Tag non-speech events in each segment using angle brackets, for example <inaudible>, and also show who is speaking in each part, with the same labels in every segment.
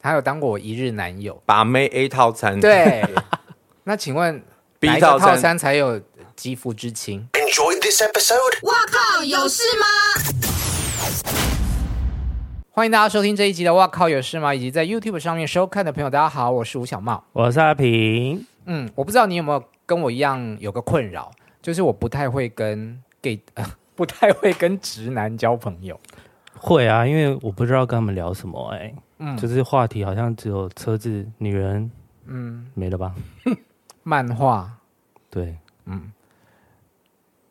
Speaker 1: 他有当过我一日男友。
Speaker 2: 把妹 A 套餐， <laughs>
Speaker 1: 对，那请问
Speaker 2: B
Speaker 1: 哪一个
Speaker 2: 嗯套餐
Speaker 1: 套餐才有肌肤之亲？
Speaker 3: Enjoyed this episode?
Speaker 4: 哇靠，有事吗？
Speaker 1: 欢迎大家收听这一集的《哇靠有事吗》，以及在 YouTube 上面收看的朋友，大家好，我是吴小茂。
Speaker 5: 我是阿平，
Speaker 1: 嗯，我不知道你有没有跟我一样有个困扰，就是我不太会跟 gay，、呃、 <laughs> 不太会跟直男交朋友。
Speaker 5: 会啊，因为我不知道跟他们聊什么哎、
Speaker 1: 嗯，
Speaker 5: 就是话题好像只有车子、女人，嗯，没了吧？
Speaker 1: 漫画，
Speaker 5: 对，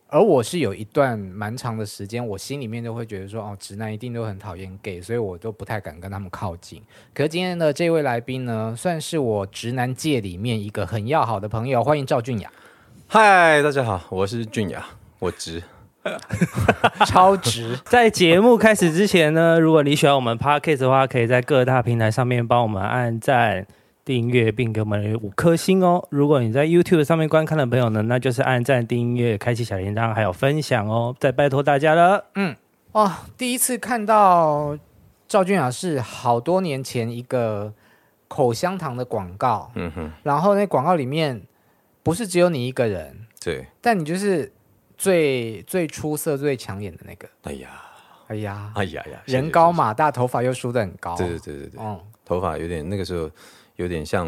Speaker 1: 而我是有一段蛮长的时间，我心里面就会觉得说，哦，直男一定都很讨厌 gay，所以我就不太敢跟他们靠近。可是今天的这位来宾呢，算是我直男界里面一个很要好的朋友，欢迎赵
Speaker 2: <laughs>
Speaker 1: 俊雅，
Speaker 2: 嗨，大家好，我是俊雅，我直，
Speaker 1: 超直。
Speaker 5: 在节目开始之前呢， <laughs> 如果你喜欢我们 podcast 的话，可以在各大平台上面帮我们按赞、订阅，并给我们五颗星哦。如果你在 YouTube 上面观看的朋友呢，那就是按赞、订阅、开启小铃铛，还有分享哦。再拜托大家了，
Speaker 1: 哦，第一次看到赵俊雅是好多年前一个口香糖的广告，
Speaker 2: 嗯哼，
Speaker 1: 然后那广告里面不是只有你一个人，
Speaker 2: 对，
Speaker 1: 但你就是最最出色、最抢眼的那个。
Speaker 2: 哎呀，
Speaker 1: 哎呀，
Speaker 2: 哎呀呀，
Speaker 1: 人高
Speaker 2: 谢
Speaker 1: 马大，头发又梳得很高。
Speaker 2: 谢，对对对对对，
Speaker 1: 嗯
Speaker 2: 头发有点那个时候有点像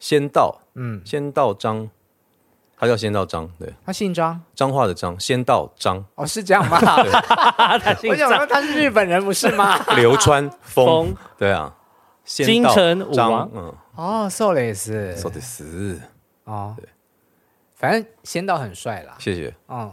Speaker 2: 仙道，
Speaker 1: 嗯，
Speaker 2: 仙道张，他叫仙道张，对，
Speaker 1: 他姓张
Speaker 2: 彰化的张，仙道张，
Speaker 1: 哦，是这样 <laughs> 吗？我想说他是日本人不是吗？
Speaker 2: 流川风
Speaker 5: 风，
Speaker 2: 对啊，仙
Speaker 5: 京
Speaker 2: 道
Speaker 5: 城武
Speaker 2: 张
Speaker 5: 王，
Speaker 2: 嗯，
Speaker 1: <laughs> 哦，受累是
Speaker 2: 说的是，
Speaker 1: 哦，反正仙道很帅啦。
Speaker 2: 谢谢，
Speaker 1: 嗯，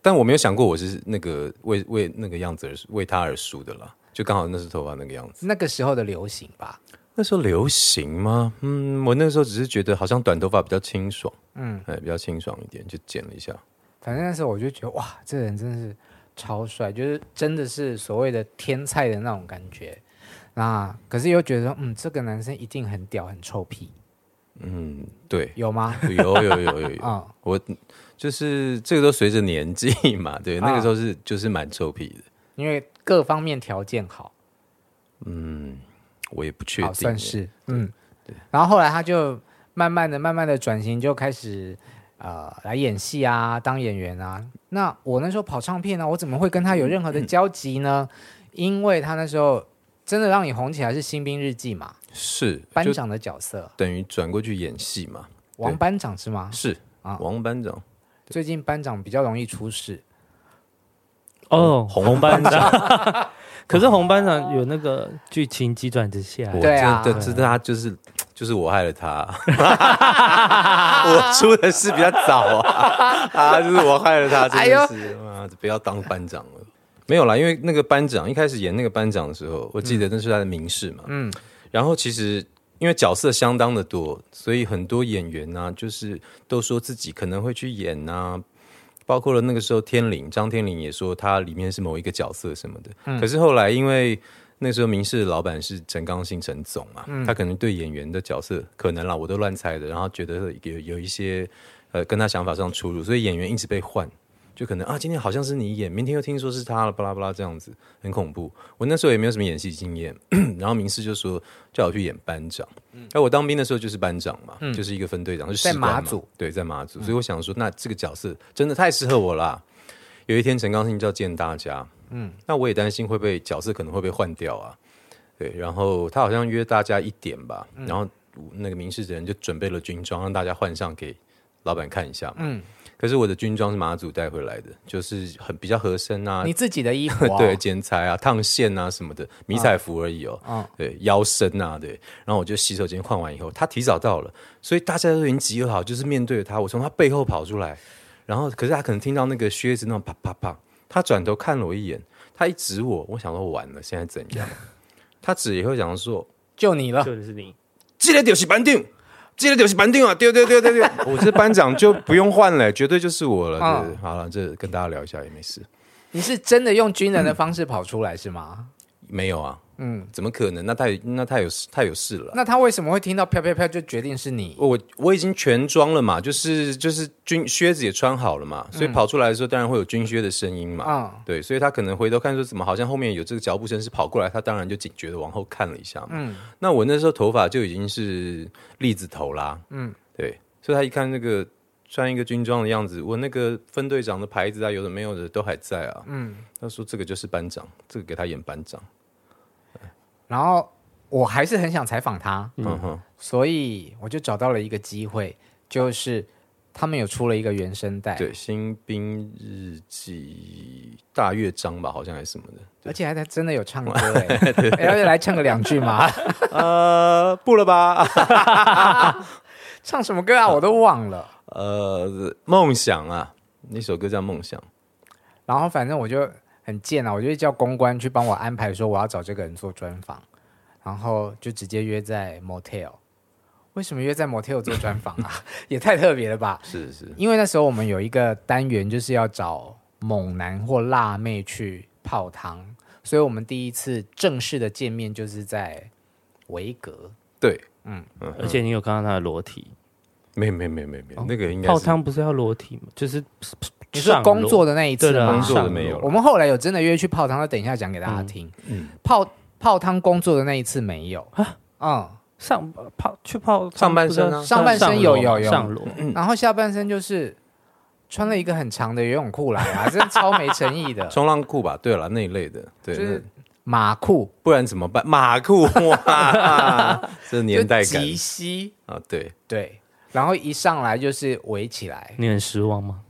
Speaker 2: 但我没有想过我是那个为为那个样子而为他而梳的啦，就刚好那时头发那个样子。
Speaker 1: 那个时候的流行吧。
Speaker 2: 那时候流行吗？嗯，我那时候只是觉得好像短头发比较清爽，嗯，哎，比较清爽一点，就剪了一下。
Speaker 1: 反正那时候我就觉得哇，这人真的是超帅，就是真的是所谓的天才的那种感觉。那可是又觉得说，嗯，这个男生一定很屌，很臭屁，
Speaker 2: 嗯，对，
Speaker 1: 有吗？
Speaker 2: 有有有有有
Speaker 1: <laughs>
Speaker 2: 有，
Speaker 1: 啊、
Speaker 2: 我就是这个都随着年纪嘛，对，
Speaker 1: 啊
Speaker 2: 那个时候是就是蛮臭屁的，
Speaker 1: 因为各方面条件好，
Speaker 2: 我也不确
Speaker 1: 好
Speaker 2: 定，
Speaker 1: 算是嗯。然后后来他就慢慢的、慢慢的转型，就开始呃来演戏啊，当演员啊。那我那时候跑唱片啊呢、我怎么会跟他有任何的交集呢？
Speaker 2: 嗯
Speaker 1: 因为他那时候真的让你红起来是《新兵日记》嘛，
Speaker 2: 是
Speaker 1: 班
Speaker 2: 就
Speaker 1: 长的角色。
Speaker 2: 等于转过去演戏嘛，
Speaker 1: 王
Speaker 2: 对
Speaker 1: 班长是吗？
Speaker 2: 是
Speaker 1: 啊
Speaker 2: 王班长，
Speaker 1: 最近班长比较容易出事，
Speaker 5: 哦，
Speaker 2: 红
Speaker 5: 红班长。 <laughs> 可是红班长有那个剧情急转直下，
Speaker 2: 我
Speaker 1: 对
Speaker 2: 真
Speaker 1: 啊
Speaker 2: 的知道他就是就是我害了他， <laughs> 我出的事比较早啊，啊，就是我害了他，
Speaker 1: 哎
Speaker 2: 真
Speaker 1: 呦
Speaker 2: 的是，妈的，不要当班长了。没有啦，因为那个班长一开始演那个班长的时候，我记得那是他的名士嘛，嗯，然后其实。因为角色相当的多，所以很多演员啊，就是都说自己可能会去演啊，包括了那个时候天灵，张天灵也说他里面是某一个角色什么的。可是后来因为那时候明视的老板是陈刚新陈总嘛，他可能对演员的角色可能啦，我都乱猜的，然后觉得有有一些呃跟他想法上出入，所以演员一直被换，就可能啊今天好像是你演，明天又听说是他了，巴拉巴拉这样子，很恐怖。我那时候也没有什么演戏经验， <clears throat> 然后明视就说叫我去演班长，哎、我当兵的时候就是班长嘛，就是一个分队长，是士
Speaker 1: 嗯在
Speaker 2: 官嘛
Speaker 1: 马祖，嗯
Speaker 2: 对，在马祖，所以我想说，那这个角色真的太适合我啦、有一天陈刚信就要见大家，嗯，那我也担心会被角色可能会被换掉啊，对，然后他好像约大家一点吧，然后那个明事的人就准备了军装让大家换上给老板看一下嘛，嗯，可是我的军装是马祖带回来的，就是很比较合身啊，
Speaker 1: 你自己的衣服、哦、
Speaker 2: <laughs> 对，剪裁啊、烫线啊什么的，迷彩服而已哦。
Speaker 1: 嗯
Speaker 2: 对，腰身啊，对。然后我就洗手间换完以后，他提早到了，所以大家都已经集合好，就是面对着他。我从他背后跑出来，然后可是他可能听到那个靴子那种啪啪啪，他转头看了我一眼，他一指我，我想说完了，现在怎
Speaker 1: <laughs>
Speaker 2: 样？他指以后想说，
Speaker 1: 就你了，
Speaker 5: 就是你。
Speaker 2: 这个就是班长，这个就是班长啊，对对对对对，我是班长就不用换了，绝对就是我了。
Speaker 1: 嗯
Speaker 2: 对好了，这跟大家聊一下也没事，
Speaker 1: 你是真的用军人的方式跑出来是吗？
Speaker 2: 没有啊，
Speaker 1: 嗯，
Speaker 2: 怎么可能？那太那太有太有事了啦。
Speaker 1: 那他为什么会听到飘飘飘就决定是你？
Speaker 2: 我我已经全装了嘛，就是就是军靴子也穿好了嘛，所以跑出来的时候当然会有军靴的声音嘛。
Speaker 1: 嗯
Speaker 2: 对，所以他可能回头看说怎么好像后面有这个脚步声是跑过来，他当然就警觉的往后看了一下嘛。
Speaker 1: 嗯
Speaker 2: 那我那时候头发就已经是栗子头啦，
Speaker 1: 嗯，
Speaker 2: 对，所以他一看那个穿一个军装的样子，我那个分队长的牌子啊，有的没有的都还在啊。
Speaker 1: 嗯，
Speaker 2: 他说这个就是班长，这个给他演班长。
Speaker 1: 然后我还是很想采访他，
Speaker 2: 嗯哼，
Speaker 1: 所以我就找到了一个机会，就是他们有出了一个原声带，
Speaker 2: 对，《新兵日记》大乐章吧，好像还是什么的。
Speaker 1: 而且还还真的有
Speaker 2: <laughs>
Speaker 1: 唱歌哎、哎要不要来唱个两句嘛？ <laughs>
Speaker 2: 呃，不了吧？
Speaker 1: 唱什么歌啊？我都忘了。
Speaker 2: 呃，梦想啊，那首歌叫《梦想》。
Speaker 1: 然后反正我就很贱啊，我就叫公关去帮我安排，说我要找这个人做专访，然后就直接约在 motel。为什么约在 motel 做专访啊？ <laughs> 也太特别了吧！
Speaker 2: 是是，
Speaker 1: 因为那时候我们有一个单元就是要找猛男或辣妹去泡汤，所以我们第一次正式的见面就是在维格。
Speaker 2: 对，
Speaker 5: 而且你有看到他的裸体，
Speaker 2: 没没没没没，那个嗯应该
Speaker 5: 泡
Speaker 2: 是
Speaker 5: 汤不是要裸体吗？就是
Speaker 1: 你说工作的那一次
Speaker 5: 对的
Speaker 1: 吗？
Speaker 5: 啊
Speaker 2: 工作的没有
Speaker 1: 我
Speaker 2: 了。
Speaker 1: 们后来有真的约去泡汤，那等一下讲给大
Speaker 2: 嗯
Speaker 1: 家听。泡泡汤工作的那一次没有
Speaker 2: 啊
Speaker 1: 嗯，
Speaker 5: 上泡去泡
Speaker 2: 上半身啊嗯
Speaker 5: 不是
Speaker 1: 上半身有有有
Speaker 5: 上裸，
Speaker 1: 然后下半身就是穿了一个很长的游泳裤来
Speaker 2: <laughs>
Speaker 1: 啊，真的超没诚意的，
Speaker 2: 冲浪裤吧，对了，那一类的，对，
Speaker 1: 就是
Speaker 2: 那
Speaker 1: 马裤，
Speaker 2: 不然怎么办？马裤哇，这年代
Speaker 1: 就
Speaker 2: 感
Speaker 1: 及膝，
Speaker 2: 啊，对，
Speaker 1: 对，然后一上来就是围起来，
Speaker 5: 你很失望吗？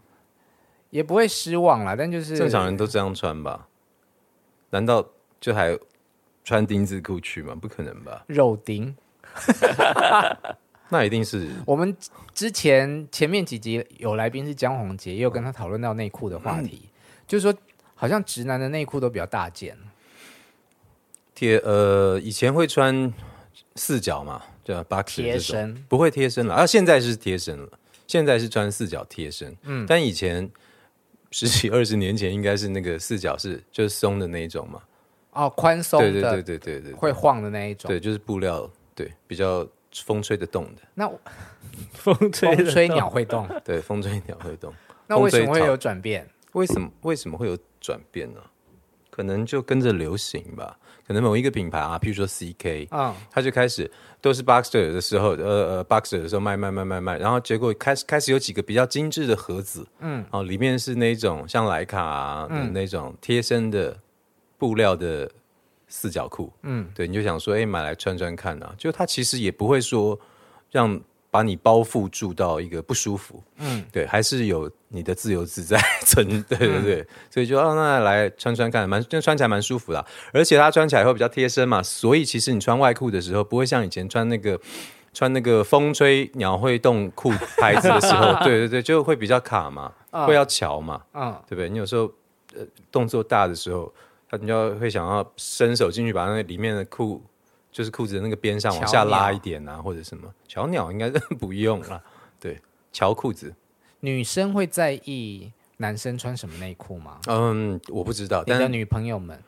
Speaker 1: 也不会失望啦，但就是
Speaker 2: 正常人都这样穿吧？难道就还穿丁字裤去吗？不可能吧？
Speaker 1: 肉丁。
Speaker 2: 那一定是
Speaker 1: 我们之前前面几集有来宾是江宏杰，也有跟他讨论到内裤的话
Speaker 2: 嗯
Speaker 1: 题，就是说好像直男的内裤都比较大件，
Speaker 2: 贴呃，以前会穿四角嘛，对吧？boxer
Speaker 1: 贴
Speaker 2: 这种
Speaker 1: 身。
Speaker 2: 不会贴身了，啊，现在是贴身了，现在是穿四角贴身，嗯，但以前十几二十年前应该是那个四角是就是松的那一种嘛，
Speaker 1: 哦，宽松
Speaker 2: 对对对
Speaker 1: 的，
Speaker 2: 对对对，
Speaker 1: 会晃的那一种。
Speaker 2: 对，就是布料，对，比较风吹得动的， <laughs>
Speaker 1: 那
Speaker 5: 风吹
Speaker 1: 风
Speaker 5: 的
Speaker 1: 吹鸟会动，
Speaker 2: 对，风吹鸟会动。
Speaker 1: 那为什么
Speaker 2: 风
Speaker 1: 会
Speaker 2: 吹草
Speaker 1: 有转变？
Speaker 2: 为什么为什么会有转变呢？可能就跟着流行吧，可能某一个品牌啊，譬如说 CK，
Speaker 1: 嗯，
Speaker 2: 他就开始都是 Boxer 的时候，呃呃 Boxer 的时候卖卖卖卖卖，然后结果开始开始有几个比较精致的盒子，嗯，然后里面是那种像莱卡、啊的那种贴身的布料的四角裤，嗯，对，你就想说，哎、买来穿穿看啊，就它其实也不会说让把你包覆住到一个不舒服，嗯，对，还是有你的自由自在 <laughs> 存，对对对，所以就哦，那来穿穿看，蛮，这穿起来蛮舒服的啊、而且它穿起来会比较贴身嘛，所以其实你穿外裤的时候，不会像以前穿那个穿那个风吹鸟会动裤牌子的时候，对对对，就会比较卡嘛，会要瞧嘛，
Speaker 1: 嗯
Speaker 2: 对不对？你有时候呃动作大的时候，他你就要会想要伸手进去把那里面的裤，就是裤子的那个边上往下拉一点啊，或者什么。小鸟应该是 <laughs> 不用啦，对，瞧裤子，
Speaker 1: 女生会在意男生穿什么内裤吗？
Speaker 2: 嗯，我不知道，
Speaker 1: 你
Speaker 2: 但
Speaker 1: 的
Speaker 2: 是
Speaker 1: 女朋友们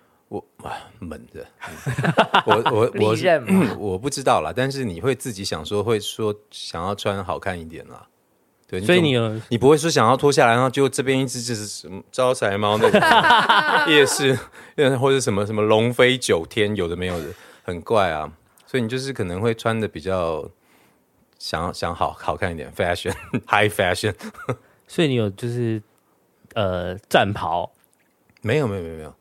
Speaker 2: 猛的，嗯
Speaker 1: <laughs>
Speaker 2: 我我我
Speaker 1: 利刃嘛
Speaker 2: <clears throat> 我不知道啦，但是你会自己想说会说想要穿好看一点啦，对，
Speaker 5: 所以
Speaker 2: 总
Speaker 5: 你有
Speaker 2: 你不会说想要脱下来，然后就这边一只就是什么招财猫那种夜市，嗯或者什么什么龙飞九天，有的没有的，很怪啊。所以你就是可能会穿的比较想想好好看一点，fashion <laughs> high fashion。
Speaker 5: 所以你有就是呃战袍
Speaker 2: 没有没有没有没有，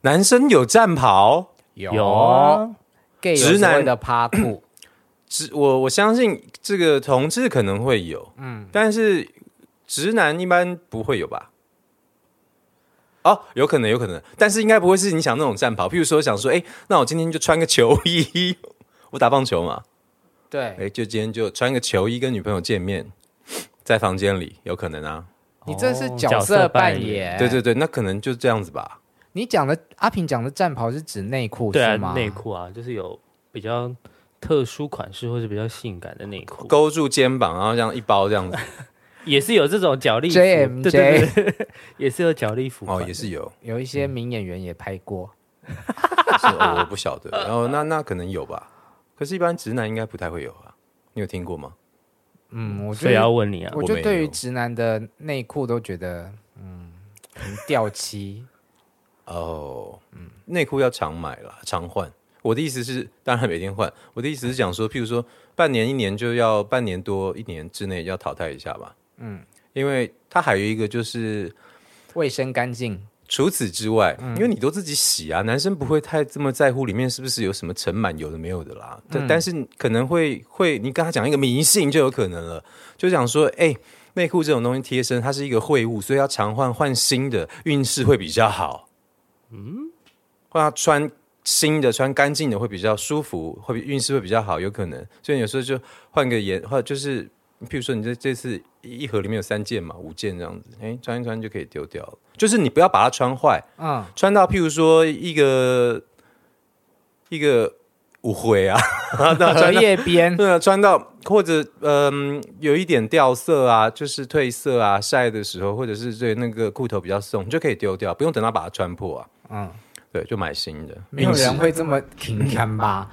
Speaker 2: 男生有战袍，
Speaker 1: 有
Speaker 5: 有啊
Speaker 1: gay 有
Speaker 2: 直男
Speaker 1: 所谓的趴裤，
Speaker 2: 直我我相信这个同志可能会有，嗯，但是直男一般不会有吧？哦，有可能，有可能，但是应该不会是你想那种战袍。譬如说，想说，哎，那我今天就穿个球衣，我打棒球嘛，
Speaker 1: 对
Speaker 2: 哎，就今天就穿个球衣跟女朋友见面，在房间里，有可能啊。
Speaker 1: 你这是
Speaker 5: 哦
Speaker 1: 角
Speaker 5: 角
Speaker 1: 色
Speaker 5: 色扮
Speaker 1: 扮演。
Speaker 2: 对，对对，那可能就这样子吧。
Speaker 1: 你讲的阿平讲的战袍是指内裤
Speaker 5: 对啊
Speaker 1: 是吗？
Speaker 5: 内裤啊，就是有比较特殊款式或者比较性感的内裤，
Speaker 2: 勾住肩膀，然后这样一包这样子，
Speaker 5: 也是有这种脚力服
Speaker 1: JMJ
Speaker 5: 对 <laughs> 对对，也是有脚力服
Speaker 2: 哦，
Speaker 5: 款嗯
Speaker 2: 也是有。
Speaker 1: 有一些名演员也拍过，
Speaker 2: 就是哦我不晓得。然后那那可能有吧，可是，一般直男应该不太会有啊。你有听过吗？
Speaker 1: 嗯，我觉
Speaker 5: 所以要
Speaker 1: 得
Speaker 5: 问你啊，
Speaker 1: 我
Speaker 2: 我
Speaker 1: 就
Speaker 2: 没
Speaker 1: 对于
Speaker 2: 有
Speaker 1: 直男的内裤都觉得嗯很掉漆。
Speaker 2: 哦，内裤要常买啦，常换。我的意思是，当然每天换。我的意思是讲说，譬如说半年、一年就要半年多一年之内要淘汰一下吧。嗯，因为它还有一个就是
Speaker 1: 卫生干
Speaker 5: <laughs>
Speaker 1: 净，
Speaker 2: 除此之外，因为你都自己洗啊，男生不会太这么在乎里面是不是有什么尘螨，有的没有的啦。但、但是可能会会，你跟他讲一个迷信就有可能了，就讲说，哎、内裤这种东西贴身，它是一个秽物，所以要常换换新的，运势会比较好。嗯，或者他穿新的、穿干净的会比较舒服，会比运势会比较好，有可能。所以有时候就换个颜，或者就是，譬如说你这这次一一盒里面有三件嘛，五件这样子，哎、穿一穿就可以丢掉了。就是你不要把它穿坏，
Speaker 1: 嗯，
Speaker 2: 穿到譬如说一个一个舞会啊， <laughs>
Speaker 1: 荷叶
Speaker 5: <laughs>
Speaker 1: 边，
Speaker 2: 对啊，穿到或者嗯、有一点掉色啊，就是褪色啊，晒的时候或者是对那个裤头比较松，你就可以丢掉，不用等到把它穿破啊。
Speaker 1: 嗯，
Speaker 2: 对，就买新的。
Speaker 1: 没有
Speaker 2: 运势
Speaker 1: 人会这么挺看
Speaker 5: <laughs>
Speaker 1: 吧？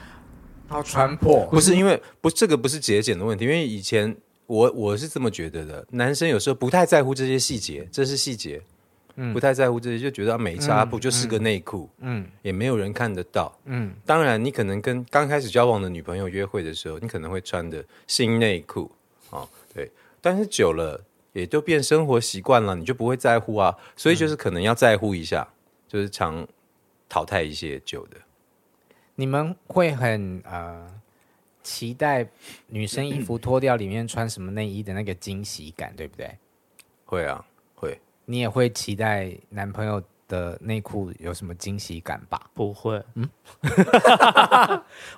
Speaker 1: 要穿破，
Speaker 2: 不是因为不这个不是节俭的问题，因为以前我我是这么觉得的，男生有时候不太在乎这些细节，这是细节，不太在乎这些，就觉得啊没差，不就是个内裤，
Speaker 1: 嗯
Speaker 2: 也没有人看得到。
Speaker 1: 嗯
Speaker 2: 当然，你可能跟刚开始交往的女朋友约会的时候，你可能会穿的新内裤哦，对，但是久了也就变生活习惯了，你就不会在乎啊，所以
Speaker 1: 嗯
Speaker 2: 就是可能要在乎一下，就是常淘汰一些旧的。
Speaker 1: 你们会很呃期待女生衣服脱掉里面穿什么内衣的那个惊喜感，对不对？
Speaker 2: 会啊，会，
Speaker 1: 你也会期待男朋友的内裤有什么惊喜感吧？
Speaker 5: 不会，嗯， <laughs>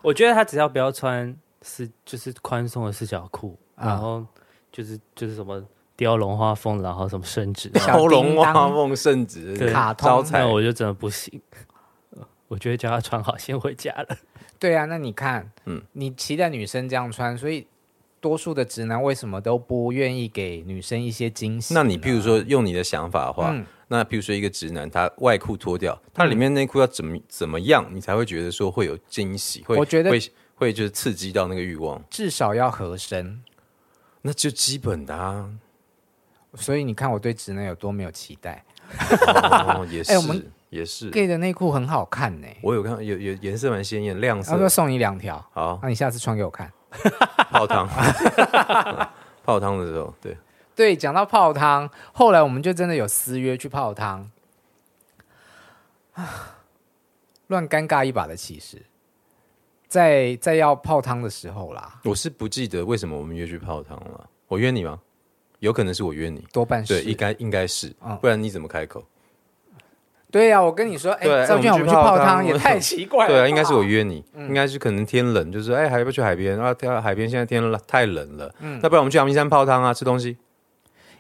Speaker 5: 我觉得他只要不要穿丝，就是宽松的四角裤，
Speaker 1: 啊
Speaker 5: 然后就是就是什么雕龙画凤，然后什么伸 <laughs> 直，
Speaker 1: 小
Speaker 2: 包
Speaker 1: 叮
Speaker 2: 龙
Speaker 1: 当
Speaker 2: 挖凤圣旨
Speaker 5: 对
Speaker 1: 卡通
Speaker 2: 招
Speaker 5: 那
Speaker 2: 财，
Speaker 5: 我就真的不行。我觉得叫他穿好先回家了。
Speaker 1: 对啊，那你看，嗯
Speaker 2: 嗯，
Speaker 1: 你期待女生这样穿，所以多数的直男为什么都不愿意给女生一些惊喜呢？
Speaker 2: 那你譬如说用你的想法的话，
Speaker 1: 嗯
Speaker 2: 那譬如说一个直男，他外裤脱掉，他里面内裤要怎么怎么样，你才会觉得说会有惊喜，会
Speaker 1: 我觉得
Speaker 2: 会会就是刺激到那个欲望，
Speaker 1: 至少要合身。
Speaker 2: 那就基本的啊，
Speaker 1: 所以你看我对直男有多没有期待。
Speaker 2: 哦、也是、
Speaker 1: 哎我们
Speaker 2: 也是，
Speaker 1: gay 的内裤很好看呢、
Speaker 2: 我有看有有颜色蛮鲜艳，亮
Speaker 1: 要不要
Speaker 2: 色，
Speaker 1: 送你两条？
Speaker 2: 好
Speaker 1: 那你下次穿给我看。
Speaker 2: 泡汤， <laughs> 泡汤的时候，对，
Speaker 1: 对，讲到泡汤，后来我们就真的有私约去泡汤，啊乱尴尬一把的，其实，在在要泡汤的时候啦，
Speaker 2: 我是不记得为什么我们约去泡汤了，我约你吗？有可能是我约你，
Speaker 1: 多半是
Speaker 2: 对，应该应该是，
Speaker 5: 嗯
Speaker 2: 不然你怎么开口？
Speaker 1: 对呀、我跟你说，哎、
Speaker 2: 对
Speaker 1: 赵俊，我
Speaker 2: 我
Speaker 1: 们
Speaker 2: 们
Speaker 1: 去
Speaker 2: 去
Speaker 1: 泡
Speaker 2: 泡汤 <laughs>
Speaker 1: 汤也太奇怪了吧。
Speaker 2: 对啊，应该是我约你，
Speaker 1: 嗯
Speaker 2: 应该是可能天冷，就是哎，还要不要去海边啊？天海边现在天冷太冷了，
Speaker 1: 嗯
Speaker 2: 那不然我们去阳明山泡汤啊，吃东西，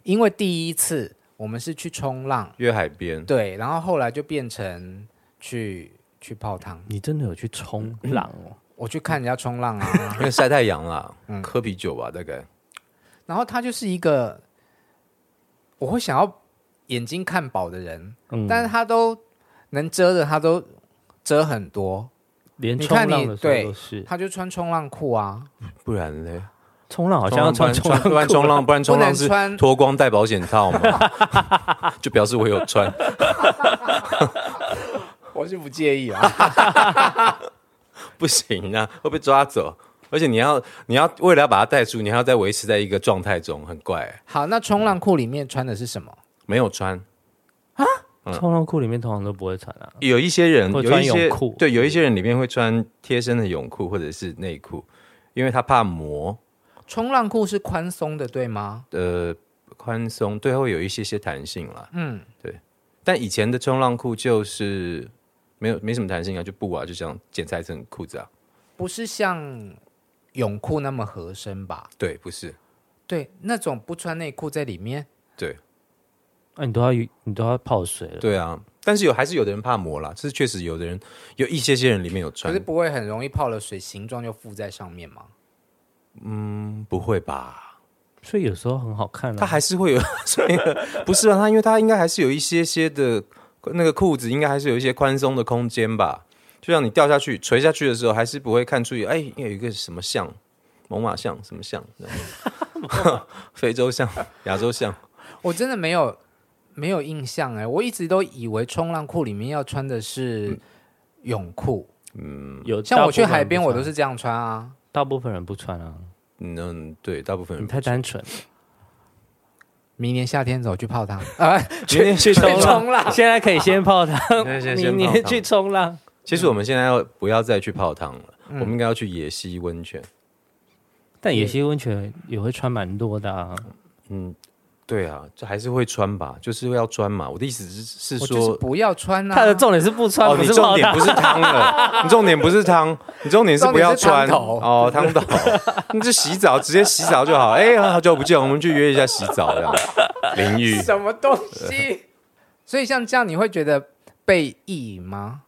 Speaker 1: 因为第一次我们是去冲浪，
Speaker 2: 约海
Speaker 5: 嗯
Speaker 2: 边。
Speaker 1: 对，然后后来就变成去去泡汤，
Speaker 5: 你真的有去冲浪哦？
Speaker 1: 我去看人家冲浪啊， <laughs>
Speaker 2: 因为晒太阳啦，
Speaker 5: 嗯
Speaker 2: 喝啤酒吧，大概
Speaker 1: 然后他就是一个我会想要眼睛看饱的人，
Speaker 5: 嗯，
Speaker 1: 但是他都能遮的，他都遮很多，
Speaker 5: 连
Speaker 1: 你
Speaker 5: 冲
Speaker 1: 看
Speaker 5: 浪
Speaker 1: 你
Speaker 5: 的时
Speaker 1: 对
Speaker 5: 候都是，
Speaker 1: 他就穿冲浪裤啊，
Speaker 2: 不然嘞，
Speaker 5: 冲浪好像要穿
Speaker 2: 冲浪，
Speaker 5: 冲浪
Speaker 2: 不然
Speaker 5: 裤
Speaker 2: 冲浪，不然
Speaker 1: 不
Speaker 2: 冲
Speaker 1: 能
Speaker 2: 浪是 <laughs>
Speaker 1: 穿
Speaker 2: 脱光戴保险套
Speaker 5: <laughs>
Speaker 2: 嘛，就表示我有穿。 <laughs>
Speaker 1: 我是不介意啊，
Speaker 2: 不行啊，会被抓走。而且你要你要为了要把它带出，你还要再维持在一个状态中，很怪欸、
Speaker 1: 好，那冲浪裤里面穿的是什么？
Speaker 2: 没有穿，
Speaker 5: 冲浪裤里面通常都不会穿啊。
Speaker 2: 有一些人
Speaker 5: 会
Speaker 2: 有
Speaker 5: 穿
Speaker 2: 一些
Speaker 5: 泳裤
Speaker 2: 对，有一些人里面会穿贴身的泳裤或者是内裤，因为他怕磨，
Speaker 1: 冲浪裤是宽松的，对吗？
Speaker 2: 呃，宽松，对，会有一些些弹性啦。
Speaker 1: 嗯，
Speaker 2: 但以前的冲浪裤就是没有没什么弹性啊，就布啊，就这样剪裁成裤子啊。
Speaker 1: 不是像泳裤那么合身吧？
Speaker 2: 对，不是，
Speaker 1: 对，那种不穿内裤在里面，
Speaker 2: 对，
Speaker 5: 啊那你都要你都要泡水了，
Speaker 2: 对啊。但是有还是有的人怕磨啦，这是确实有的人有一些些人里面有
Speaker 1: 可
Speaker 2: 穿
Speaker 1: 是，不会很容易泡了水，形状就附在上面吗？
Speaker 2: 不会吧？
Speaker 5: 所以有时候很好看
Speaker 2: 他
Speaker 5: 啊。
Speaker 2: 还是会有，
Speaker 1: 嗯
Speaker 2: <laughs> 所以不是啊，他因为他应该还是有一些些的那个裤子，应该还是有一些宽松的空间吧。就像你掉下去、垂下去的时候，还是不会看出有哎有一个什么像，猛犸象什么象，这
Speaker 1: <laughs>
Speaker 2: 样非洲象、亚洲象，
Speaker 1: 我真的没有没有印象哎，我一直都以为冲浪裤里面要穿的是泳裤，
Speaker 5: 有
Speaker 1: 像我去
Speaker 5: 嗯大部分人不
Speaker 1: 海边我
Speaker 5: 穿
Speaker 1: 都是这样穿啊。
Speaker 5: 大部分人不穿啊，
Speaker 2: 嗯，对，大部分
Speaker 5: 你
Speaker 2: 人
Speaker 5: 太单纯。
Speaker 1: 明年夏天走去泡 <laughs> 汤哎啊，
Speaker 2: 去去
Speaker 1: 冲浪
Speaker 5: <laughs> 现在可以先泡汤，
Speaker 2: 现在 <laughs> 先
Speaker 5: 明
Speaker 2: 先泡
Speaker 5: 年
Speaker 2: 汤
Speaker 5: 去冲浪。
Speaker 2: 其实我们现在要不要再去泡汤了？
Speaker 1: 嗯
Speaker 2: 我们应该要去野溪温泉。
Speaker 5: 但野溪温泉也会穿蛮多的啊，
Speaker 2: 嗯，对啊，这还是会穿吧，就是要穿嘛。我的意思是是
Speaker 1: 我就是
Speaker 2: 说，
Speaker 1: 不要穿啊。
Speaker 5: <laughs> 他的重点是不穿，
Speaker 2: 哦，
Speaker 5: 不
Speaker 2: 你
Speaker 5: 是
Speaker 2: 重
Speaker 5: 泡
Speaker 2: 点
Speaker 5: 汤
Speaker 2: 不。是汤了，你重点不是汤，你重点是不要
Speaker 1: 重点
Speaker 2: 穿
Speaker 1: 是汤头
Speaker 2: 哦，汤头，你就洗澡，直接洗澡就好。哎，好久不见，我们去约一下洗澡，这样淋浴。
Speaker 1: 什么东西？ <laughs> 所以像这样，你会觉得被意淫吗？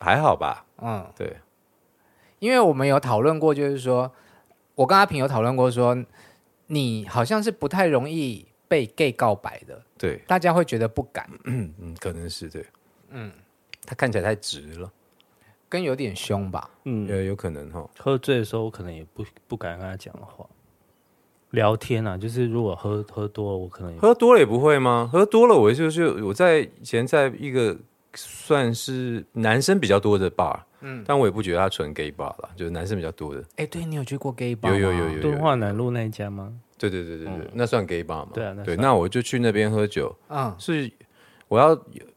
Speaker 2: 还好吧？
Speaker 1: 嗯，
Speaker 2: 对，
Speaker 1: 因为我们有讨论过，就是说，我跟阿平有讨论过说你好像是不太容易被 gay 告白的，
Speaker 2: 对，
Speaker 1: 大家会觉得不敢，
Speaker 2: 嗯嗯，可能是对，嗯，他看起来太直了，
Speaker 1: 跟有点凶吧。
Speaker 5: 嗯，
Speaker 2: 也有可能哦哈。
Speaker 5: 喝醉的时候我可能也不不敢跟他讲话，聊天啊，就是如果喝喝多了，我可能也
Speaker 2: 喝多了也不会吗？喝多了，我就是我在以前在一个算是男生比较多的 bar，嗯，但我也不觉得它纯 gay bar 啦，就是男生比较多的。
Speaker 1: 哎，对你有去过 gay 吧？
Speaker 2: 有有有有有
Speaker 5: 敦，化南路那一家吗？
Speaker 2: 对对对对对，那算 gay bar 嘛？
Speaker 5: 嗯对啊那
Speaker 2: 对，
Speaker 5: 算
Speaker 2: 那我就去那边喝酒，
Speaker 1: 嗯
Speaker 2: 是我要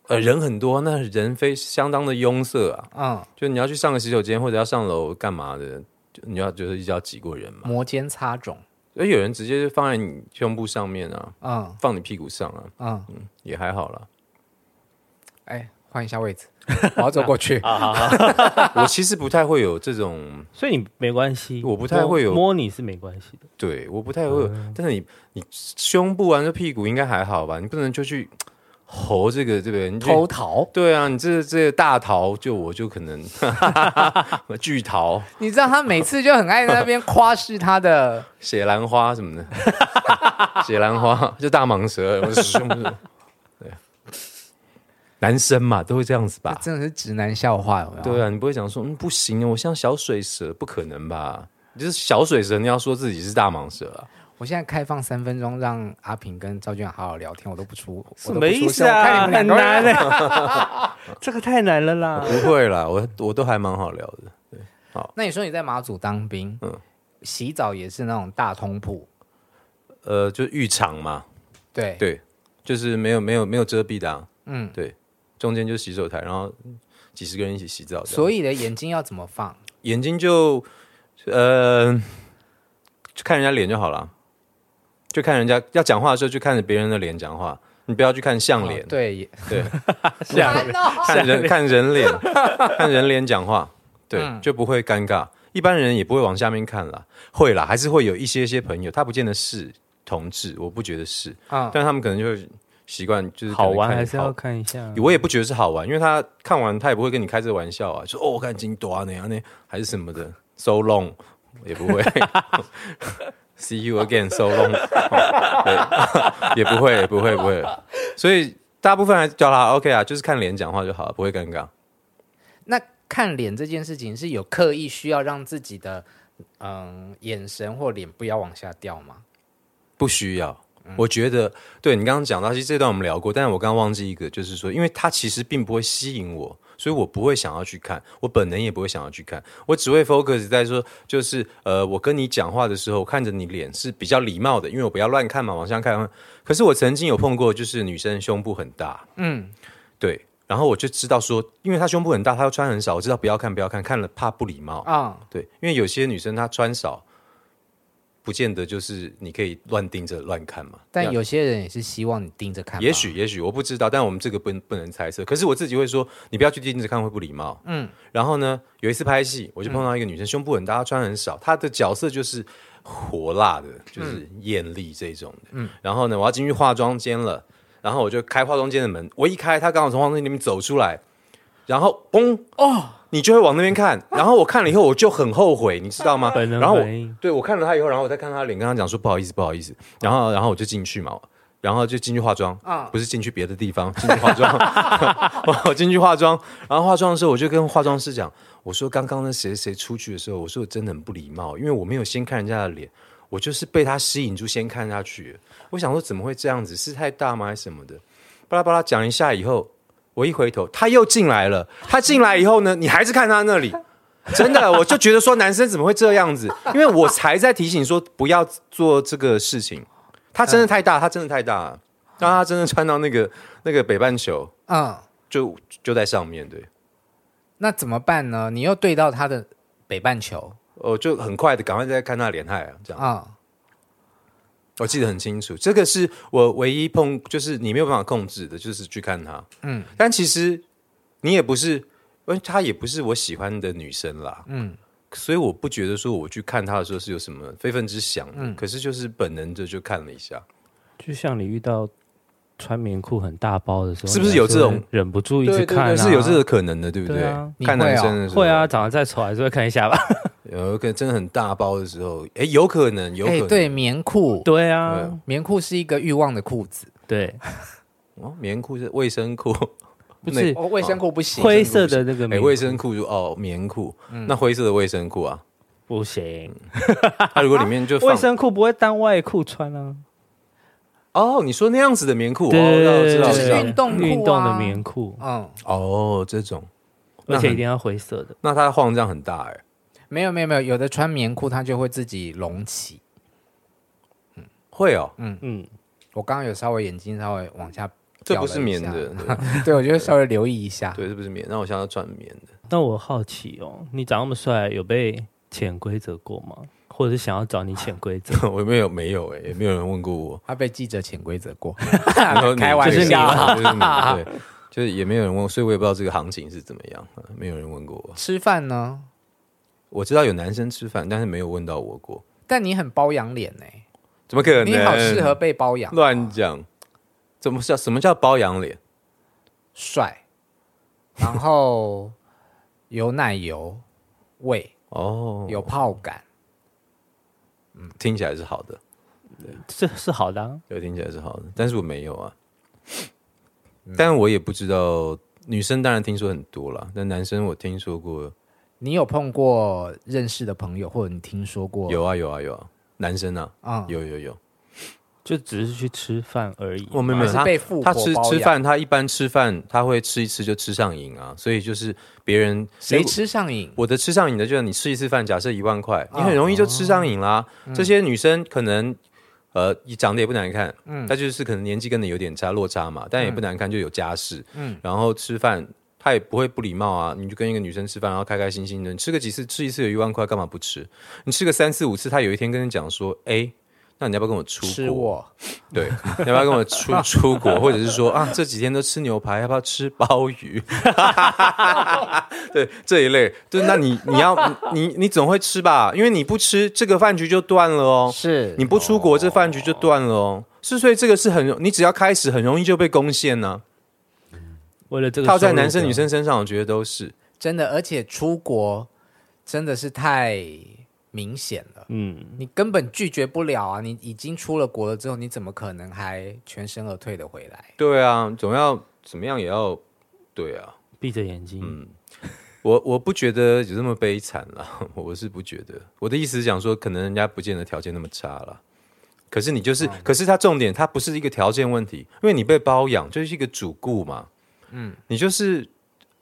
Speaker 2: 呃人很多，那人非相当的拥塞啊，
Speaker 1: 嗯，
Speaker 2: 就你要去上个洗手间或者要上楼干嘛的，就你要就是一直要挤过人嘛。
Speaker 1: 摩肩擦踵，
Speaker 2: 而有人直接就放在你胸部上面啊，
Speaker 1: 嗯
Speaker 2: 放你屁股上啊，
Speaker 1: 嗯，
Speaker 2: 也还好啦。
Speaker 5: <laughs>
Speaker 1: 哎，换一下位置，我要走过去。
Speaker 2: 我其实不太会有这种。
Speaker 5: 所以你没关系，
Speaker 2: 我不太会有
Speaker 5: 摸摸你是没关系的。
Speaker 2: 对，我不太会有，
Speaker 5: 嗯
Speaker 2: 但是你你胸部啊，这屁股应该还好吧？你不能就去吼这个这个，你就
Speaker 1: 偷桃，
Speaker 2: 对啊，你这这大桃就我就可能 <laughs> 巨桃、
Speaker 1: 你知道他每次就很爱在那边夸饰他的，
Speaker 2: 血兰花什么的， <laughs> 血兰花就大蟒蛇，我的胸部对，男生嘛都会这样子
Speaker 1: 这
Speaker 2: 吧？
Speaker 1: 真的是直男笑话，有没有？
Speaker 2: 对啊，你不会讲说嗯不行，我像小水蛇，不可能吧？你就是小水蛇，你要说自己是大蟒蛇啊？
Speaker 1: 我现在开放三分钟，让阿平跟赵俊好好聊天，我都不出，
Speaker 5: 什
Speaker 1: 我都
Speaker 5: 么
Speaker 1: 不
Speaker 5: 意
Speaker 1: 出
Speaker 5: 思
Speaker 1: 声。我看
Speaker 5: 啊？
Speaker 1: 你们两
Speaker 5: 很
Speaker 1: 个
Speaker 5: 难
Speaker 1: 人，
Speaker 5: 欸
Speaker 2: <laughs>
Speaker 5: 这个太难了啦。
Speaker 2: 不会啦，我我都还蛮好聊的。
Speaker 1: 那你说你在马祖当兵，
Speaker 2: 嗯
Speaker 1: 洗澡也是那种大通铺，
Speaker 2: 呃，就浴场嘛，
Speaker 1: 对，
Speaker 2: 对，就是没有没有没有遮蔽的、啊，
Speaker 1: 嗯，
Speaker 2: 中间就是洗手台，然后几十个人一起洗澡，
Speaker 1: 所
Speaker 2: 以
Speaker 1: 以你的眼睛要怎么放？
Speaker 2: 眼睛就呃，就看人家脸就好了，就看人家要讲话的时候就看着别人的脸讲话，你不要去看相脸，
Speaker 1: 哦对，也
Speaker 2: 对，
Speaker 5: 像
Speaker 1: 难哦
Speaker 2: 看人看
Speaker 1: <laughs>
Speaker 2: 人脸，看人脸讲话，对，
Speaker 1: 嗯
Speaker 2: 就不会尴尬。一般人也不会往下面看啦，会啦，还是会有一些些朋友，他不见得是同志，我不觉得是，
Speaker 1: 嗯，
Speaker 2: 但他们可能就会习惯就是可能
Speaker 5: 好玩
Speaker 2: 看
Speaker 5: 还是
Speaker 2: 好
Speaker 5: 要看一下。
Speaker 2: 我也不觉得是好玩，因为他看完他也不会跟你开这个玩笑啊，说哦，我看金多啊那样那还是什么的，so long 也不会 <laughs> ，see you again so long，哦对 <laughs> 也不会也不会不会，所以大部分还是叫他 OK 啊，就是看脸讲话就好了，不会尴尬。
Speaker 1: 那看脸这件事情是有刻意需要让自己的嗯眼神或脸不要往下掉吗？
Speaker 2: 不需要。我觉得，对你刚刚讲到，其实这段我们聊过，但是我刚刚忘记一个，就是说，因为它其实并不会吸引我，所以我不会想要去看，我本人也不会想要去看，我只会 focus 在说，就是呃，我跟你讲话的时候，看着你脸是比较礼貌的，因为我不要乱看嘛，往上看。可是我曾经有碰过，就是女生胸部很大，
Speaker 1: 嗯，
Speaker 2: 对，然后我就知道说，因为她胸部很大，她又穿很少，我知道不要看，不要看，看了怕不礼貌，
Speaker 1: 啊、
Speaker 2: 对，因为有些女生她穿少，不见得就是你可以乱盯着乱看嘛。
Speaker 1: 但
Speaker 2: 要
Speaker 1: 有些人也是希望你盯着看吧，
Speaker 2: 也许也许我不知道，但我们这个不能不能猜测。可是我自己会说，你不要去盯着看会不礼貌。嗯，然后呢，有一次拍戏，我就碰到一个女生，胸部很大，她穿很少，她的角色就是火辣的，就是艳丽这种的。嗯，然后呢，我要进去化妆间了，然后我就开化妆间的门，我一开，她刚好从化妆间里面走出来，然后嘣哦，你就会往那边看，然后我看了以后我就很后悔，你知道吗？
Speaker 5: 本能
Speaker 2: 然后我
Speaker 5: 反应
Speaker 2: 对我看了她以后，然后我再看她的脸，跟她讲说不好意思，不好意思，然后然后我就进去嘛，然后就进去化妆，
Speaker 1: 嗯
Speaker 2: 不是进去别的地方，进去化妆。我进去化妆，然后化妆的时候，我就跟化妆师讲，我说刚刚那谁谁出去的时候，我说我真的很不礼貌，因为我没有先看人家的脸，我就是被他吸引住先看下去。我想说怎么会这样子，是太大吗还是什么的？巴拉巴拉讲一下以后，我一回头，他又进来了。他进来以后呢，你还是看他那里。真的，我就觉得说男生怎么会这样子？因为我才在提醒说不要做这个事情。他真的太大，他真的太大了，让他真的穿到那个那个北半球，
Speaker 1: 嗯，
Speaker 2: 就就在上面对。
Speaker 1: 那怎么办呢？你又对到他的北半球
Speaker 2: 哦，就很快的，赶快再看他脸嗨啊，这样
Speaker 1: 啊、
Speaker 2: 我记得很清楚。这个是我唯一碰，就是你没有办法控制的，就是去看他。嗯，但其实你也不是，因为她也不是我喜欢的女生啦。嗯，所以我不觉得说我去看她的时候是有什么非分之想。嗯，可是就是本能的就看了一下。
Speaker 5: 就像你遇到穿棉裤很大包的时候，
Speaker 2: 是不是
Speaker 5: 你还
Speaker 2: 有这种
Speaker 5: 会忍不住一直看、啊？
Speaker 2: 是有这个可能的，对不对？
Speaker 5: 对啊
Speaker 1: 你
Speaker 2: 看
Speaker 1: 会
Speaker 2: 男
Speaker 1: 啊
Speaker 2: 生的时候
Speaker 5: 会啊，，长得再丑还是会看一
Speaker 2: <laughs>
Speaker 5: 下吧？
Speaker 2: 有可能真的很大包的时候，哎，有可能，有可
Speaker 1: 哎，
Speaker 2: 能。
Speaker 1: 对，棉裤，
Speaker 5: 对啊，
Speaker 1: 棉裤是一个欲望的裤子，
Speaker 5: 对，
Speaker 2: 哦，棉裤是卫生裤，
Speaker 5: 不是
Speaker 2: <laughs>
Speaker 1: 哦，卫
Speaker 2: 啊
Speaker 1: 生裤不行，
Speaker 5: 灰色的那个
Speaker 2: 哎，
Speaker 5: 棉
Speaker 2: 卫生裤就哦，棉裤，
Speaker 5: 嗯
Speaker 2: 那灰色的卫生裤啊，
Speaker 5: 不行，
Speaker 2: 它如果里面就
Speaker 5: <laughs> 卫
Speaker 2: 放
Speaker 5: 生裤不会当外裤穿啊。
Speaker 2: 哦，你说那样子的棉裤，哦，
Speaker 5: 对
Speaker 2: 知
Speaker 5: 对
Speaker 2: 道
Speaker 5: 对
Speaker 1: 就是
Speaker 2: 知
Speaker 5: 对
Speaker 2: 道
Speaker 5: 对
Speaker 2: 知
Speaker 1: 运
Speaker 2: 道，
Speaker 1: 动裤啊
Speaker 5: 运动的棉裤，
Speaker 1: 嗯，
Speaker 2: 哦，这种，那
Speaker 5: 而且
Speaker 2: 很
Speaker 5: 一定要灰色的。
Speaker 2: 那它的晃荡很大哎，
Speaker 1: 没有没有没有，有的穿棉裤它就会自己隆起。
Speaker 2: 会哦，
Speaker 5: 嗯，
Speaker 1: 我刚刚有稍微眼睛稍微往下， <laughs>
Speaker 2: 这不是棉的，对
Speaker 1: 对我觉得稍微留意一下。
Speaker 2: 对，这不是棉，那我想要穿棉的， <laughs>
Speaker 5: 那我好奇哦，你长那么帅，有被潜规则过吗？或者是想要找你潜规
Speaker 2: <laughs>
Speaker 5: 则？
Speaker 2: 我没有没有哎，也没有人问过我，
Speaker 1: 他被记者潜规则过，
Speaker 2: 然后
Speaker 1: <laughs>
Speaker 2: 你
Speaker 1: 开玩
Speaker 2: 就是你
Speaker 5: 笑
Speaker 2: 嘛就
Speaker 1: <laughs>
Speaker 2: 是你对，就是也没有人问我，所以我也不知道这个行情是怎么样，嗯没有人问过我，
Speaker 1: 吃饭呢？
Speaker 2: 我知道有男生吃饭，但是没有问到我过，
Speaker 1: 但你很包养脸呢、
Speaker 2: 怎么可能？
Speaker 1: 你好适合被包养，
Speaker 2: 乱讲，怎么叫什么叫包养脸？
Speaker 1: 帅，然后有奶油味，
Speaker 2: 哦，
Speaker 1: 有泡感，
Speaker 2: 听起来是好的，
Speaker 5: 这是好的、啊，
Speaker 2: 有听起来是好的，但是我没有啊。 <laughs> 但我也不知道，女生当然听说很多啦，但男生我听说过
Speaker 1: 你有碰过认识的朋友，或者你听说过
Speaker 2: 有啊有啊有啊，男生啊，
Speaker 1: 啊？
Speaker 2: 有有有，
Speaker 5: 就只是去吃饭而已。
Speaker 2: 我们
Speaker 1: 还
Speaker 2: 没有
Speaker 1: 是被富
Speaker 2: 他
Speaker 1: 婆
Speaker 2: 吃
Speaker 1: 包养
Speaker 2: 吃饭，他一般吃饭他会吃一吃就吃上瘾啊，所以就是别人
Speaker 1: 谁吃上瘾？
Speaker 2: 我的吃上瘾的就是你吃一次饭，假设一万块，
Speaker 1: 啊哦嗯
Speaker 2: 你很容易就吃上瘾啦。这些女生可能呃长得也不难看，嗯，她就是可能年纪跟你有点差落差嘛，
Speaker 1: 嗯
Speaker 2: 但也不难看，就有家世，嗯，然后吃饭。她也不会不礼貌啊，你就跟一个女生吃饭，然后开开心心的，你吃个几次，吃一次有一万块，干嘛不吃？你吃个三四五次，她有一天跟你讲说，哎，那你要不要跟我出国？
Speaker 1: 吃我
Speaker 2: 对， <laughs> 你要不要跟我出 <laughs> 出国，或者是说啊，这几天都吃牛排，要不要吃鲍鱼？ <laughs> 对，这一类，对，那你你要你你总会吃吧，因为你不吃这个饭局就断了哦，
Speaker 1: 是
Speaker 2: 你不出国这饭局就断了哦。是，所以这个是很，你只要开始很容易就被攻陷呢、
Speaker 5: 为了这个
Speaker 2: 套在
Speaker 5: 收入
Speaker 2: 男生
Speaker 5: 表
Speaker 2: 女生身上，我觉得都是。
Speaker 1: 真的，而且出国真的是太明显了，
Speaker 5: 嗯，
Speaker 1: 你根本拒绝不了啊！你已经出了国了之后，你怎么可能还全身而退的回来？
Speaker 2: 对啊，总要怎么样也要，对啊，
Speaker 5: 闭着眼睛，
Speaker 2: 我我不觉得有这么悲惨啦，我是不觉得。我的意思是讲说，可能人家不见得条件那么差啦。可是你
Speaker 1: 哦
Speaker 2: 就是，可是他重点，他不是一个条件问题，因为你被包养就是一个主顾嘛，嗯，你就是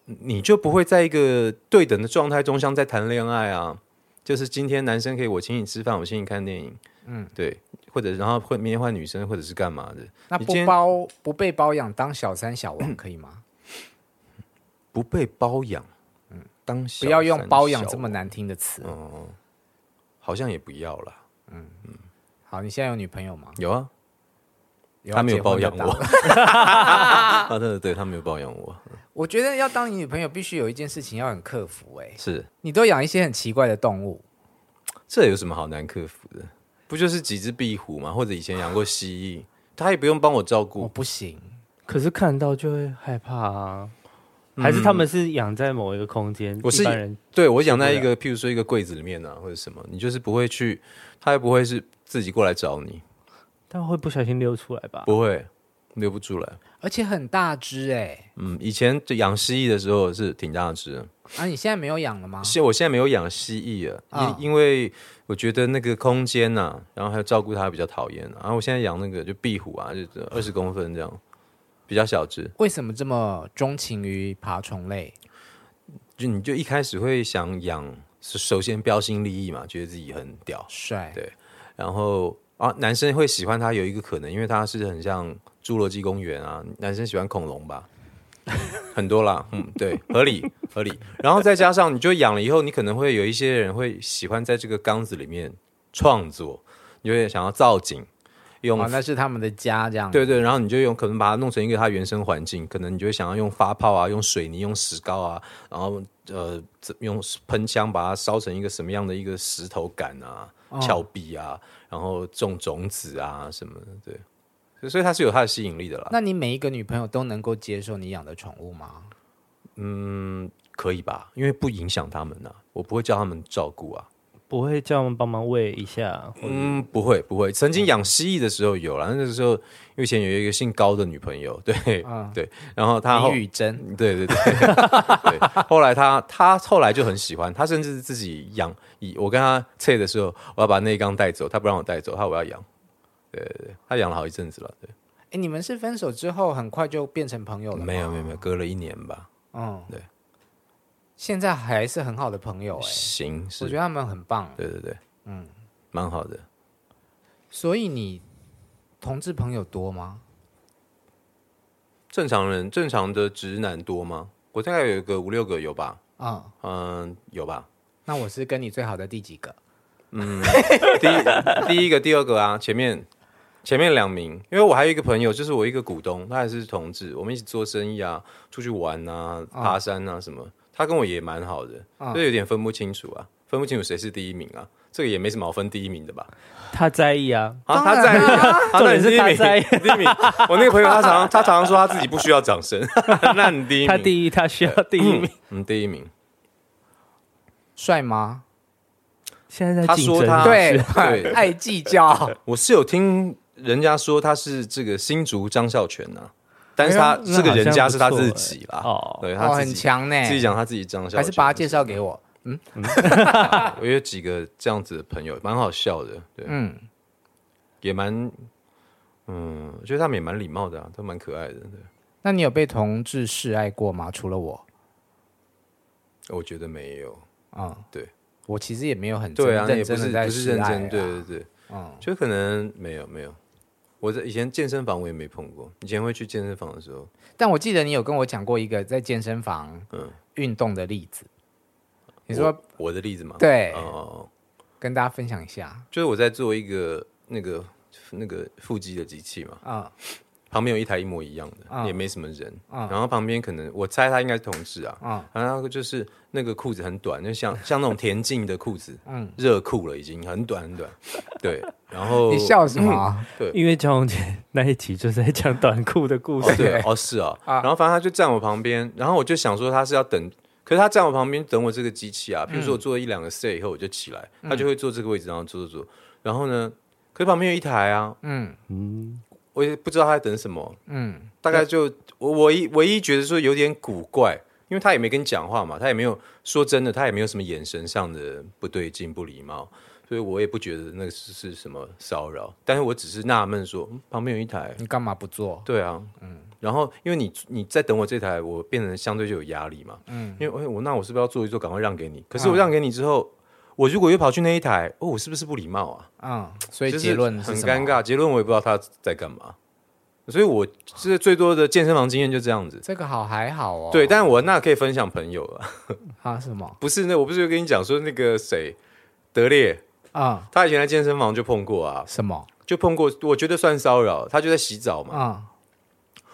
Speaker 2: 你就不会在一个对等的状态中像在谈恋爱啊，就是今天男生可以我请你吃饭，我请你看电影，嗯，对，或者然后会明天换女生或者是干嘛的，
Speaker 1: 那
Speaker 2: 你
Speaker 1: 不
Speaker 2: 今天
Speaker 1: 包不被包养当小三小王可以吗？
Speaker 2: 不被包养，嗯，当
Speaker 1: 不要用包养这
Speaker 2: 么。
Speaker 1: 么难听的词。
Speaker 2: 嗯好像也不要啦。
Speaker 1: 好，你现在有女朋友吗？
Speaker 2: 有啊，
Speaker 1: 有
Speaker 2: 他没有
Speaker 1: 结婚
Speaker 2: 包
Speaker 1: 就
Speaker 2: 养
Speaker 1: 到
Speaker 2: 我，
Speaker 1: 了
Speaker 2: <laughs> 啊，对对对，他没有包养我，
Speaker 1: <laughs> 我觉得要当你女朋友，必须有一件事情要很克服、欸。哎，
Speaker 2: 是
Speaker 1: 你都养一些很奇怪的动物，
Speaker 2: 这有什么好难克服的？不就是几只壁虎吗？或者以前养过蜥蜴，他也不用帮我照
Speaker 1: 我
Speaker 2: 顾。
Speaker 1: 哦不行。
Speaker 5: 可是看到就会害怕啊。还是他们是养在某一个空间？
Speaker 2: 嗯我是
Speaker 5: 一般人
Speaker 2: 对我养在一个，譬如说一个柜子里面啊，或者什么，你就是不会去，他也不会是自己过来找你。
Speaker 5: 但会不小心溜出来吧？
Speaker 2: 不会留不住来。
Speaker 1: 而且很大只哎、
Speaker 2: 嗯，以前就养蜥蜴的时候是挺大只的，
Speaker 1: 啊，你现在没有养了吗？
Speaker 2: 现、我现在没有养蜥蜴了，因、
Speaker 1: 啊
Speaker 2: 因为我觉得那个空间呐、然后还有照顾它比较讨厌、啊然后我现在养那个就壁虎啊，就是二十公分这样，比较小只。
Speaker 1: 为什么这么钟情于爬虫类？
Speaker 2: 就你就一开始会想养，首首先标新立异嘛，觉得自己很屌，
Speaker 1: 帅
Speaker 2: 对然后啊，男生会喜欢它有一个可能，因为它是很像《侏罗纪公园》啊，男生喜欢恐龙吧，很多啦，嗯，对，合理合理。然后再加上你就养了以后，你可能会有一些人会喜欢在这个缸子里面创作，你会想要造景，用
Speaker 1: 哦，那是他们的家这样。
Speaker 2: 对对，然后你就用可能把它弄成一个它原生环境，可能你就会想要用发泡啊，用水泥、用石膏啊，然后呃怎用喷枪把它烧成一个什么样的一个石头杆啊、
Speaker 1: 哦
Speaker 2: 峭壁啊，然后种种子啊什么的，对，所以所以它是有它的吸引力的啦。
Speaker 1: 那你每一个女朋友都能够接受你养的宠物吗？
Speaker 2: 可以吧？因为不影响他们呐、我不会叫他们照顾啊。
Speaker 5: 不会叫我们帮忙喂一下？
Speaker 1: 哦
Speaker 2: 嗯，不会不会。曾经养蜥蜴的时候有啦，那个时候因为以前有一个姓高的女朋友，对、对，然后她后
Speaker 1: 啊李宇珍
Speaker 2: 对对对，对。后来他他后来就很喜欢，他甚至自己养。以我跟他测的时候，我要把那一缸带走，他不让我带走，他我要养。对对对，他养了好一阵子了。对，
Speaker 1: 哎，你们是分手之后很快就变成朋友了哦吗？
Speaker 2: 没有没有没有，隔了一年吧。
Speaker 1: 嗯，
Speaker 2: 对，
Speaker 1: 现在还是很好的朋友哎、
Speaker 2: 行是
Speaker 1: 我觉，得他们很棒。
Speaker 2: 对对对，嗯，蛮好的。
Speaker 1: 所以你同志朋友多吗？
Speaker 2: 正常人正常的直男多吗？我大概有个五六个有吧，
Speaker 1: 嗯，
Speaker 2: 嗯，有吧。
Speaker 1: 那我是跟你最好的第几个？
Speaker 2: 第一 <laughs> 第一个、第二个啊，前面前面两名，因为我还有一个朋友，就是我一个股东，他也是同志，我们一起做生意啊，出去玩啊，爬山啊什么，他跟我也蛮好的，
Speaker 5: 啊
Speaker 2: 所以有点分不清楚啊，分不清楚谁是第一名啊，这个也没什么好分第一名的吧？
Speaker 5: 他在意啊，
Speaker 2: 啊，
Speaker 1: 当然
Speaker 2: 他在意啊，
Speaker 5: <laughs>
Speaker 2: 啊
Speaker 5: 重
Speaker 2: 那
Speaker 5: 点
Speaker 2: 你
Speaker 5: 是他
Speaker 2: 第一名
Speaker 5: 在意
Speaker 2: 你第一名，我那个朋友他常常他常常说他自己不需要掌声， <laughs> 那你第一名，
Speaker 5: 他第一，他需要第一名。
Speaker 2: 嗯第一名，
Speaker 1: 帅吗？
Speaker 5: 现在在
Speaker 2: 他
Speaker 5: 竞
Speaker 2: 说
Speaker 5: 争，
Speaker 2: 他啊
Speaker 1: 对 <laughs>
Speaker 2: 是，对
Speaker 1: 爱计较。
Speaker 2: 我是有听人家说他是这个新竹张孝全呐、但是他
Speaker 5: 哎呦那
Speaker 2: 这个人家是他
Speaker 5: 好像
Speaker 2: 自
Speaker 5: 不错
Speaker 2: 己啦，
Speaker 5: 哎哦
Speaker 2: 对
Speaker 1: 哦，
Speaker 2: 他自
Speaker 1: 很
Speaker 2: 己、
Speaker 1: 强呢、
Speaker 2: 自己讲他自己张孝全，
Speaker 1: 还是把他介绍给我。
Speaker 2: 我有几个这样子的朋友，蛮好笑的，对，
Speaker 1: 嗯，
Speaker 2: 也蛮，嗯，我觉得他们也蛮礼貌的啊，都蛮可爱的，对，
Speaker 1: 那你有被同志示爱过吗？除了我，
Speaker 2: 我觉得没有，
Speaker 1: 嗯，
Speaker 2: 对，
Speaker 1: 我其实也没有很
Speaker 2: 对啊，那
Speaker 1: 真认
Speaker 2: 也不
Speaker 1: 真
Speaker 2: 是
Speaker 1: 的在
Speaker 2: 不是
Speaker 1: 示
Speaker 2: 认
Speaker 1: 爱啊
Speaker 2: 真，
Speaker 1: 啦
Speaker 2: 对对对，
Speaker 1: 嗯，
Speaker 2: 就可能没有没有，我在以前健身房我也没碰过，以前会去健身房的时候，
Speaker 1: 但我记得你有跟我讲过一个在健身房运动的例子，你说
Speaker 2: 嗯我我的例子嘛，
Speaker 1: 对
Speaker 2: 哦哦哦。
Speaker 1: 跟大家分享一下
Speaker 2: 就是我在做一个那个那个腹肌的机器嘛，
Speaker 1: 啊
Speaker 2: 旁边有一台一模一样的，
Speaker 1: 嗯
Speaker 2: 也没什么人，然后旁边可能我猜他应该是同志啊，
Speaker 1: 啊
Speaker 2: 然后就是那个裤子很短，就像像那种田径的裤子，
Speaker 1: 嗯
Speaker 2: 热裤了已经很短很短，对，然
Speaker 1: <laughs>
Speaker 2: 后
Speaker 1: 你笑什么
Speaker 2: 嗯
Speaker 1: 啊？
Speaker 5: 因为江宏杰那一集就是在讲短裤的故
Speaker 2: 哦
Speaker 5: 事，啊
Speaker 2: 对哦是哦，然后反正他就站我旁边，然后我就想说他是要等。可是他站我旁边等我这个机器
Speaker 5: 嗯
Speaker 2: 啊，比如说我做了一两个 set 以后我就起来，他就会坐这个位置，然后坐坐坐，然后呢，可是旁边有一台啊，
Speaker 1: 嗯
Speaker 5: 嗯，
Speaker 2: 我也不知道他在等什么，
Speaker 1: 嗯，
Speaker 2: 大概就我我唯一唯一觉得说有点古怪，因为他也没跟你讲话嘛，他也没有说真的，他也没有什么眼神上的不对劲、不礼貌，所以我也不觉得那个是是什么骚扰，但是我只是纳闷说、嗯旁边有一台，
Speaker 1: 你干嘛不做？
Speaker 2: 对啊，嗯，然后因为你你在等我这台，我变成相对就有压力嘛，嗯，因为哎我那我是不是要做一做，赶快让给
Speaker 1: 嗯
Speaker 2: 你？可是我让给你之后，我如果又跑去那一台，哦，我是不是不礼貌啊？
Speaker 1: 嗯，所以
Speaker 2: 就是
Speaker 1: 结论
Speaker 2: 很
Speaker 1: 是什么
Speaker 2: 尴。尬，结论我也不知道他在干嘛，所以我这最多的健身房经验就这样子。
Speaker 1: 这个好还好哦。
Speaker 2: 对，但我那可以分享朋友啊， <laughs>
Speaker 1: 啊什么
Speaker 2: 不是那我不是跟你讲说那个谁德烈，
Speaker 1: 啊
Speaker 2: 他以前在健身房就碰过啊，
Speaker 1: 什么
Speaker 2: 就碰过，我觉得算骚扰。他就在洗澡嘛，
Speaker 1: 啊？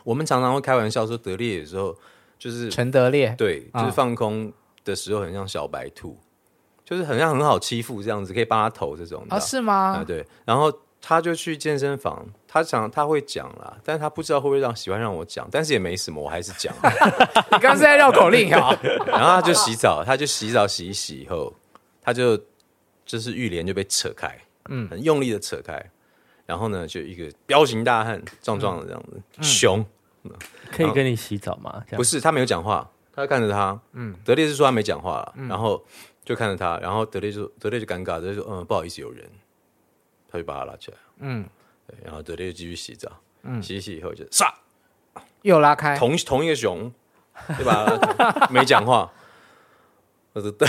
Speaker 2: 我们常常会开玩笑说德烈有时候就是
Speaker 1: 陈德烈
Speaker 2: 对，就
Speaker 1: 啊
Speaker 2: 是放空的时候很像小白兔，就是很像很好欺负这样子，可以帮他投这种你知道
Speaker 1: 啊是吗
Speaker 2: 啊，？对，然后他就去健身房，他想他会讲啦，但是他不知道会不会让喜欢让我讲，但是也没什么，我还是讲。
Speaker 1: <laughs> 你刚刚是在绕口令啊？
Speaker 2: <laughs> 然后他就洗澡，他就洗澡洗一洗以后，他就就是浴帘就被扯开，嗯，很用力的扯开，然后呢，就一个彪形大汉，壮壮的这样子，
Speaker 1: 嗯
Speaker 2: 熊。
Speaker 5: 可以跟你洗澡吗？这样
Speaker 2: 不是，他没有讲话，他看着他。嗯，德烈是说他没讲话了，然后就看着他，然后德烈就德烈就尴尬，德烈说：“嗯，不好意思，有人。”他就把他拉起来。
Speaker 1: 嗯
Speaker 2: 对，然后德烈就继续洗澡。洗一洗以后就唰，
Speaker 1: 又拉开，
Speaker 2: 同同一个熊，对吧？ <laughs> 没讲话。 <laughs> 我说德，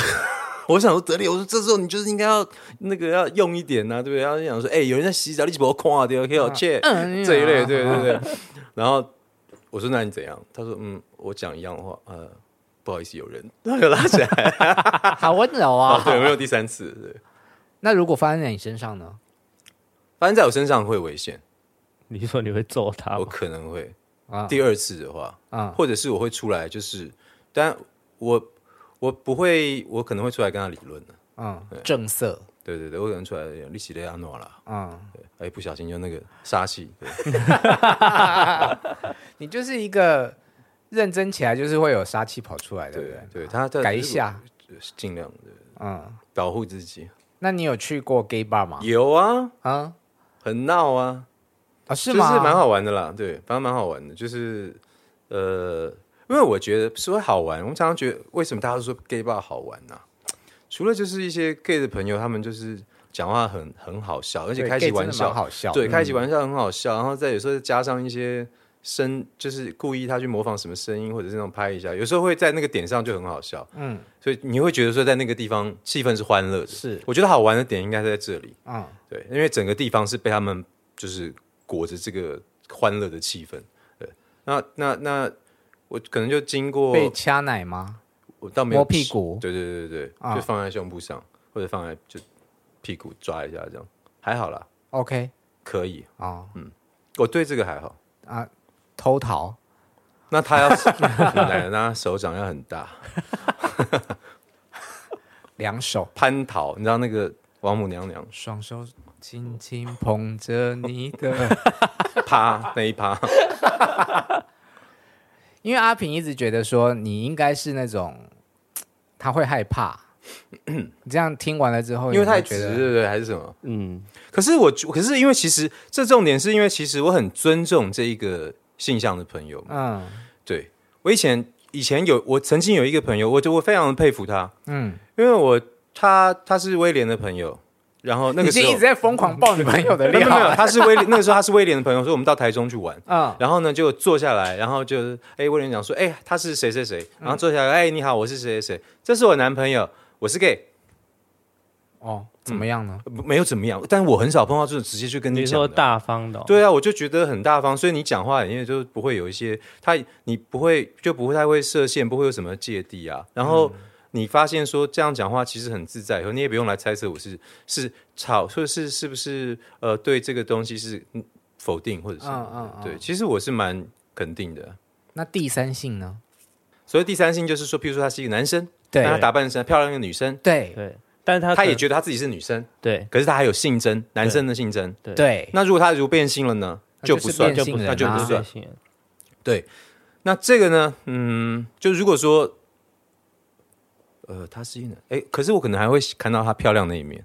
Speaker 2: 我想说德烈，我说这时候你就是应该要那个要用一点呐、对不对？然后就想说，哎、有人在洗澡，你怎么看啊掉？K 好切
Speaker 1: 嗯
Speaker 2: 这一
Speaker 1: 啊
Speaker 2: 类，对对对。然后我说那你怎样？他说嗯，我讲一样的话，呃，不好意思，有人，他就拉起来，
Speaker 1: 好温柔
Speaker 2: 哦
Speaker 1: 啊、。
Speaker 2: 对，没有第三次，对，
Speaker 1: 那如果发生在你身上呢？
Speaker 2: 发生在我身上会危险，
Speaker 5: 你说你会揍他
Speaker 2: 我
Speaker 5: 吗？
Speaker 2: 可能会
Speaker 1: 啊
Speaker 2: 第二次的话，
Speaker 1: 啊
Speaker 2: 或者是我会出来，就是，但我我不会，我可能会出来跟他理论的。
Speaker 1: 嗯，正色，
Speaker 2: 对对对，我可能出来利息雷阿诺啦，
Speaker 1: 嗯，
Speaker 2: 对，哎，不小心就那个杀气，对
Speaker 1: 你就是一个认真起来就是会有杀气跑出来的
Speaker 2: 对
Speaker 1: 人， <laughs>
Speaker 2: 对，他
Speaker 1: 改一，下。
Speaker 2: 他就是尽量的
Speaker 1: 嗯，
Speaker 2: 保护自己。
Speaker 1: 那你有去过 gay bar 吗？
Speaker 2: 有啊，
Speaker 1: 啊
Speaker 2: 很闹啊，
Speaker 1: 啊，是
Speaker 2: 就
Speaker 1: 吗？
Speaker 2: 是蛮好玩的啦，对，反正蛮好玩的，就是呃，因为我觉得说好玩，我们常常觉得为什么大家都说 gay bar 好玩呢、除了就是一些 gay 的朋友，他们就是讲话很很好笑，而
Speaker 1: 对，
Speaker 2: 且开
Speaker 1: gay
Speaker 2: 起
Speaker 1: 真的
Speaker 2: 玩笑
Speaker 1: 蛮，好笑，
Speaker 2: 对，
Speaker 1: 嗯
Speaker 2: 开起玩笑很好笑，然后再有时候加上一些声，就是故意他去模仿什么声音，或者是那种拍一下，有时候会在那个点上就很好笑，嗯，所以你会觉得说在那个地方气氛是欢乐的，
Speaker 1: 是，
Speaker 2: 我觉得好玩的点应该在这里，
Speaker 1: 嗯，
Speaker 2: 对，因为整个地方是被他们就是裹着这个欢乐的气氛，对，那那那我可能就经过
Speaker 1: 被掐奶吗？
Speaker 2: 我倒没有
Speaker 1: 摸屁股
Speaker 2: 对对对对对，
Speaker 1: 啊
Speaker 2: 就放在胸部上或者放在就屁股抓一下这样，还好啦，
Speaker 1: OK，
Speaker 2: 可以，嗯
Speaker 1: 哦，
Speaker 2: 我对这个还好。
Speaker 1: 偷桃，
Speaker 2: 那他要 <laughs> 奶奶，那手掌要很大。
Speaker 1: 两手，
Speaker 2: 蟠桃，你知道那个王母
Speaker 1: <laughs>
Speaker 2: 娘娘
Speaker 1: 双手轻轻捧着你的
Speaker 2: <laughs> 啪那一趴，
Speaker 1: 因为阿平一直觉得说你应该是那种他会害怕，
Speaker 2: <clears throat>
Speaker 1: 你这样听完了之后，
Speaker 2: 因
Speaker 1: 哦你会
Speaker 2: 为太
Speaker 1: 觉
Speaker 2: 直，
Speaker 1: 得
Speaker 2: 对不对？还是什么？
Speaker 5: 嗯，
Speaker 2: 可是我，可是因为其实这重点是因为其实我很尊重这一个性向的朋友嘛。
Speaker 1: 嗯
Speaker 2: 对我以前以前有我曾经有一个朋友，我就我非常的佩服他，
Speaker 1: 嗯，
Speaker 2: 因为我他他是威廉的朋友，然后那
Speaker 1: 你
Speaker 2: 个时
Speaker 1: 是一
Speaker 2: 候
Speaker 1: 直在疯狂爆你朋友的
Speaker 2: <laughs> 没有没有没有，
Speaker 1: 料，
Speaker 2: 他是威廉那个时候他是威廉的朋友，所以我们到台中去玩。
Speaker 1: 嗯
Speaker 2: 然后呢，就坐下来，然后就哎，威廉讲说，哎，他是谁谁谁，然后坐下来，哎，你好，我是谁谁谁，这是我男朋友，我是 gay，
Speaker 1: 哦，怎么样呢？
Speaker 2: 呃不没有怎么样，但我很少碰到这种直接就跟
Speaker 5: 你
Speaker 2: 讲的
Speaker 5: 说大方的哦，
Speaker 2: 对啊，我就觉得很大方，所以你讲话因为就不会有一些他，你不会就不会太会设限，不会有什么芥蒂啊。然
Speaker 5: 嗯
Speaker 2: 后你发现说这样讲话其实很自在，以后你也不用来猜测我是是吵，或者是是不是呃对这个东西是嗯否定或者是、
Speaker 5: 啊
Speaker 1: 嗯嗯嗯
Speaker 2: 对，其实我是蛮肯定的。
Speaker 1: 那第三性呢？
Speaker 2: 所谓第三性就是说，譬如说他是一个男生，
Speaker 1: 对
Speaker 2: 那他打扮成漂亮的女生，
Speaker 1: 对
Speaker 5: 对，但是他
Speaker 2: 他
Speaker 5: 可
Speaker 2: 也觉得他自己是女生，
Speaker 5: 对
Speaker 2: 可是他还有性征，男生的性征。
Speaker 5: 对
Speaker 1: 对，
Speaker 2: 那如果他如变性了呢，
Speaker 1: 那就
Speaker 2: 不
Speaker 1: 是
Speaker 2: 算，
Speaker 1: 变
Speaker 2: 不
Speaker 1: 性人
Speaker 2: 那就不
Speaker 1: 啊
Speaker 2: 算
Speaker 5: 随。性
Speaker 2: 那这个呢，嗯，就如果说，呃，他是一男，哎，可是我可能还会看到他漂亮那一面，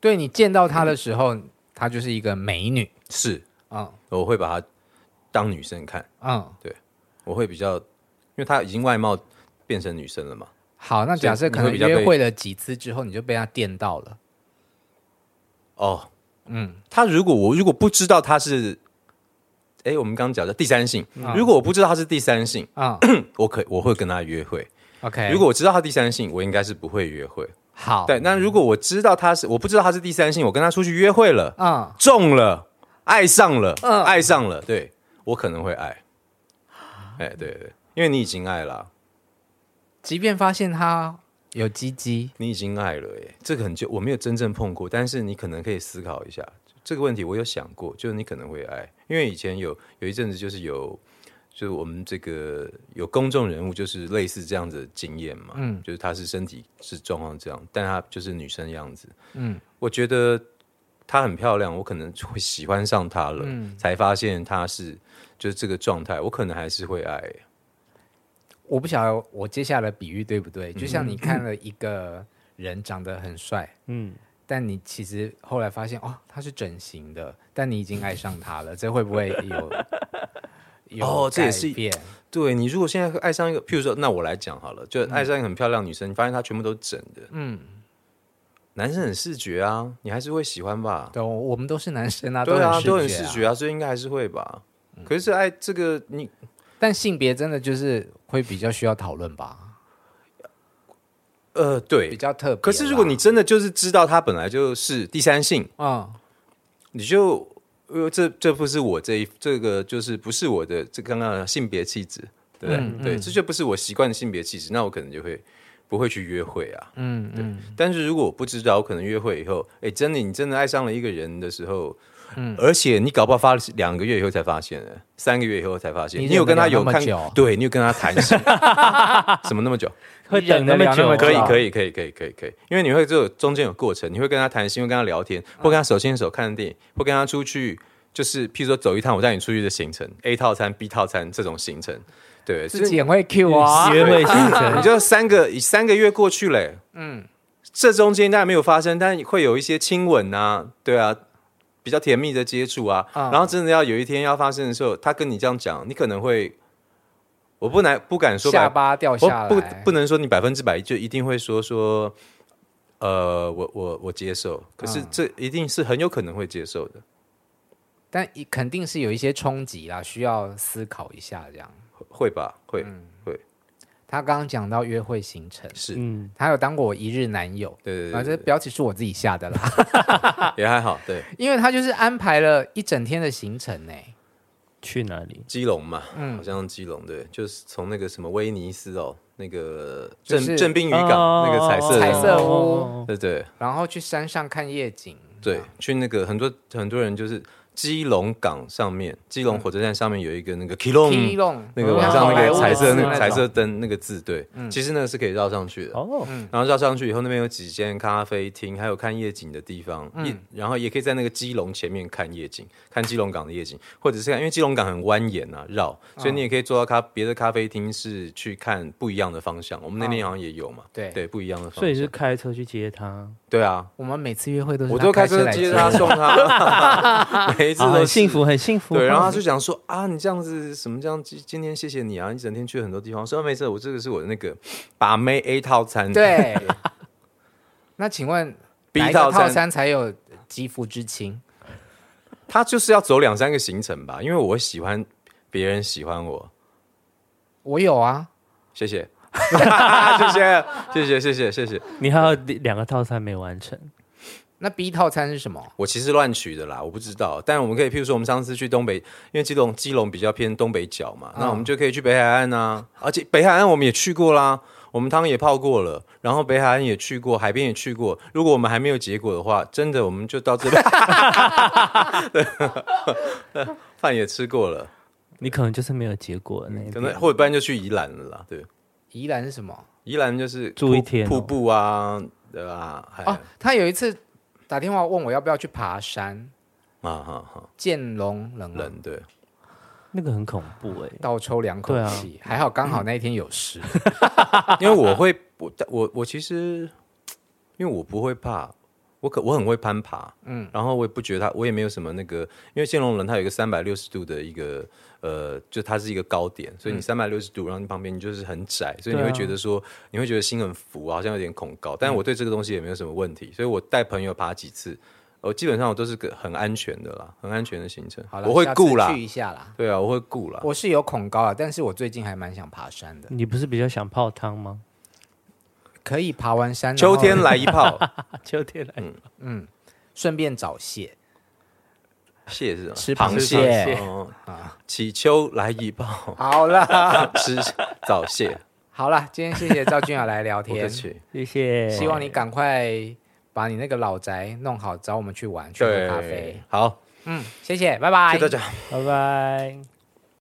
Speaker 1: 对你见到他的时候，她就是一个美女，
Speaker 2: 是，
Speaker 1: 嗯
Speaker 2: 我会把她当女生看，
Speaker 1: 嗯。
Speaker 2: 我会比较，因为她已经外貌变成女生了嘛，
Speaker 1: 好，那假设可能
Speaker 2: 所以你会比较被
Speaker 1: 约会了几次之后，你就被她电到了，
Speaker 2: 哦，嗯，她如果我如果不知道她是，哎，我们刚刚讲的第三性，如果我不知道她是第三性，
Speaker 1: 嗯
Speaker 2: <clears throat>
Speaker 1: 哎
Speaker 2: 我可我会跟她约会，
Speaker 1: ，OK。
Speaker 2: 如果我知道她第三性，我应该是不会约会，
Speaker 1: 好，
Speaker 2: 对，那如果我知道她是，我不知道她是第三性，我跟她出去约会了。
Speaker 1: 嗯，
Speaker 2: 中了，爱上了，爱上了，对我可能会爱，哎，对对，因为你已经爱了啊，
Speaker 1: 即便发现她有鸡鸡，
Speaker 2: 你已经爱了，耶，这个很就我没有真正碰过，但是你可能可以思考一下这个问题，我有想过，就是你可能会爱，因为以前有有一阵子就是有。就是我们这个有公众人物，就是类似这样子的经验嘛，嗯，就是他是身体是状况这样，但他就是女生样子，嗯，我觉得她很漂亮，我可能会喜欢上她了，才发现她是就是这个状态，我可能还是会爱。
Speaker 1: 我不晓得我接下来的比喻对不对，就像你看了一个人长得很帅，嗯，但你其实后来发现哦，他是整形的，但你已经爱上他了，这会不会
Speaker 2: <laughs>
Speaker 1: 有？有
Speaker 2: 哦这也是
Speaker 1: 改变
Speaker 2: 对你如果现在爱上一个，譬如说，那我来讲好了，
Speaker 1: 嗯
Speaker 2: 就爱上一个很漂亮的女生，你发现她全部都整的，嗯，男生很视觉啊，你还是会喜欢吧？
Speaker 1: 对，我我们都是男生啊，
Speaker 2: 对啊，
Speaker 1: 都
Speaker 2: 都
Speaker 1: 很
Speaker 2: 很
Speaker 1: 视
Speaker 2: 视
Speaker 1: 觉啊嗯
Speaker 2: 觉啊，所以应该还是会吧。可是爱这个你
Speaker 1: 但性别真的就是会比较需要讨论吧，
Speaker 2: 呃对
Speaker 1: 比，较特别啦。
Speaker 2: 可是如果你真的就是知道他本来就是第三性，
Speaker 1: 嗯，
Speaker 2: 你就呃这这不是我这一这个就是不是我的这刚刚的性别气质，对不对？
Speaker 1: 嗯
Speaker 2: 对，
Speaker 1: 嗯
Speaker 2: 这就不是我习惯的性别气质，那我可能就会不会去约会啊。
Speaker 1: 嗯嗯，
Speaker 2: 但是如果我不知道，我可能约会以后，哎，真的你真的爱上了一个人的时候。
Speaker 1: 嗯
Speaker 2: 而且你搞不好发了两个月以后才发现，哎三个月以后才发现，
Speaker 1: 你
Speaker 2: 你有跟他
Speaker 1: 忍
Speaker 2: 有
Speaker 1: 得了
Speaker 2: 看
Speaker 1: 那么久，
Speaker 2: 对你有跟他谈心，
Speaker 1: <laughs>
Speaker 2: 什么那么久？
Speaker 5: 会等那么
Speaker 1: 忍得了那
Speaker 5: 久
Speaker 1: 么
Speaker 5: 吗，
Speaker 1: 久
Speaker 2: 可以，可
Speaker 5: 以。
Speaker 2: 以，可以，可以，可以，可以，因为你会这有中间有过程，你会跟他谈心，会跟他聊天，或跟他手牵手看电影，或跟他出去，就是譬如说走一趟我带你出去的行程，A 套餐、B 套餐这种行程，对，
Speaker 1: 自己也会
Speaker 5: 哦
Speaker 1: Q 啊，
Speaker 5: 约会行
Speaker 2: 就是
Speaker 5: 程
Speaker 2: 你就三个三个月过去嘞，嗯，这中间当然没有发生，但会有一些亲吻啊，对啊。比较甜蜜的接触啊，
Speaker 1: 嗯
Speaker 2: 然后真的要有一天要发生的时候，他跟你这样讲，你可能会，我不难不敢说百
Speaker 1: 下巴掉
Speaker 2: 我
Speaker 1: 下来，
Speaker 2: 不不能说你百分之百就一定会说说，呃，我我我接受，可
Speaker 1: 嗯
Speaker 2: 是这一定是很有可能会接受的。
Speaker 1: 但一肯定是有一些冲击啦，需要思考一下。这样，
Speaker 2: 会吧？会、
Speaker 1: 嗯他刚刚讲到约会行程，
Speaker 2: 是，
Speaker 5: 嗯，
Speaker 1: 他有当过我一日男友，啊
Speaker 2: 对对
Speaker 1: 反正啊
Speaker 2: 对，
Speaker 1: 标题是我自己下的啦， <laughs>
Speaker 2: 也还好。对，
Speaker 1: 因为他就是安排了一整天的行程呢、
Speaker 5: 去哪里？
Speaker 2: 基隆嘛，
Speaker 1: 嗯
Speaker 2: 好像基隆对，就是从那个什么威尼斯哦，那个
Speaker 1: 就
Speaker 2: 正
Speaker 1: 是哦
Speaker 2: 正滨渔港、那个彩色的
Speaker 1: 彩色屋
Speaker 5: 哦
Speaker 2: 对对
Speaker 1: 然后去山上看夜景，
Speaker 2: 对，去那个很多很多人就是基隆港上面，基隆火车站上面有一个那个 k i l o
Speaker 1: 踢
Speaker 2: n
Speaker 1: 弄
Speaker 2: 那个晚上那个彩色那
Speaker 1: 嗯哦好莱
Speaker 2: 个
Speaker 1: 坞
Speaker 2: 彩色灯那个字，对，
Speaker 1: 嗯
Speaker 2: 其实那个是可以绕上去的。
Speaker 5: 哦，
Speaker 2: 然后绕上去以后，那边有几间咖啡厅，还有看夜景的地方，一、然后也可以在那个基隆前面看夜景，看基隆港的夜景，或者是看，因为基隆港很蜿蜒啊，绕，所以你也可以坐到咖别的咖啡厅是去看不一样的方向。我们那天好像也有嘛，
Speaker 1: 对
Speaker 2: 对，不一样的方向。
Speaker 5: 所以是开车去接他，
Speaker 2: 对啊，
Speaker 1: 我们每次约会都是
Speaker 2: 我
Speaker 1: 他
Speaker 2: 都
Speaker 1: 开
Speaker 2: 开车
Speaker 1: 来
Speaker 2: 接他送他，每一次
Speaker 5: 啊
Speaker 2: 都
Speaker 5: 很
Speaker 2: 是
Speaker 5: 幸。福，很幸福。
Speaker 2: 对，然后他就讲说啊，你这样子什么这样，今今天谢谢你啊，一整天去了很多地方。我说啊没事，我这个是我的那个把妹 A 套餐， <laughs>
Speaker 1: 对。那请问
Speaker 2: B
Speaker 1: 哪一个
Speaker 2: 套
Speaker 1: 套
Speaker 2: 餐
Speaker 1: 餐才有肌肤之亲？
Speaker 2: 他就是要走两三个行程吧，因为我喜欢别人喜欢我，
Speaker 1: 我有啊，
Speaker 2: 谢谢， <laughs> 谢谢，谢谢，谢谢，谢谢。
Speaker 5: 你还有两个套餐没完成，
Speaker 1: 那 B 套餐是什么？
Speaker 2: 我其实乱取的啦，我不知道。但我们可以，譬如说，我们上次去东北，因为基隆基隆比较偏东北角嘛，那我们就可以去北海岸啊。而且北海岸我们也去过啦，我们汤也泡过了，然后北海岸也去过，海边也去过。如果我们还没有结果的话，真的我们就到这边。 <laughs> 饭也吃过了，
Speaker 5: 你可能就是没有结果的那一
Speaker 2: 可
Speaker 5: 天
Speaker 2: 能或者不然就去宜兰了啦，对。
Speaker 1: 宜兰是什么？
Speaker 2: 宜兰就是
Speaker 5: 住一天哦
Speaker 2: 瀑瀑布啊，对啊，还
Speaker 1: 哦
Speaker 2: 啊，
Speaker 1: 他有一次打电话问我要不要去爬山，
Speaker 2: 啊哈哈，
Speaker 1: 见龙冷冷
Speaker 2: 冷对，
Speaker 5: 那个很恐怖哎、
Speaker 1: 倒抽两口气，还好刚好那一天有
Speaker 2: <laughs>
Speaker 1: 事。
Speaker 2: 因为我会我我我其实因为我不会怕，我可我很会攀爬，嗯，然后我也不觉得它，我也没有什么那个，因为剑龙人它有一个三百六十度的一个呃，就它是一个高点，所以
Speaker 1: 嗯
Speaker 2: 你三百六十度，然后你旁边你就是很窄，所以你
Speaker 5: 对
Speaker 2: 会
Speaker 5: 啊
Speaker 2: 觉得说、你会觉得心很浮，啊好像有点恐高，
Speaker 1: 嗯
Speaker 2: 但我对这个东西也没有什么问题，所以我带朋友爬几次。我基本上我都是个很安全的啦，很安全的行程。
Speaker 1: 好了，
Speaker 2: 我会
Speaker 1: 下次
Speaker 2: 顾啦
Speaker 1: 去，一下啦。
Speaker 2: 对啊，我会顾啦。
Speaker 1: 我是有恐高啊，但是我最近还蛮想爬山的，
Speaker 5: 你不是比较想泡汤吗？
Speaker 1: 可以爬完山，
Speaker 2: 秋天
Speaker 1: 然后
Speaker 2: 来一炮，
Speaker 5: 啊，秋天来，
Speaker 1: <laughs>
Speaker 2: 嗯
Speaker 1: 顺便找蟹，
Speaker 2: 蟹是吗
Speaker 1: 吃螃
Speaker 2: 螃
Speaker 1: 蟹
Speaker 2: 哦乞秋来
Speaker 1: <laughs>
Speaker 2: 一炮，
Speaker 1: 好了，
Speaker 2: 吃早蟹。
Speaker 1: 好了，今天谢谢赵俊雅来聊
Speaker 2: 我 <laughs>
Speaker 1: 天
Speaker 2: 的，去，
Speaker 5: 谢谢。
Speaker 1: 希望你赶快把你那个老宅弄好，找我们去玩，去喝咖啡
Speaker 2: 对。，好，
Speaker 1: 嗯，谢谢，拜拜，
Speaker 2: 谢谢大家。
Speaker 5: 拜拜。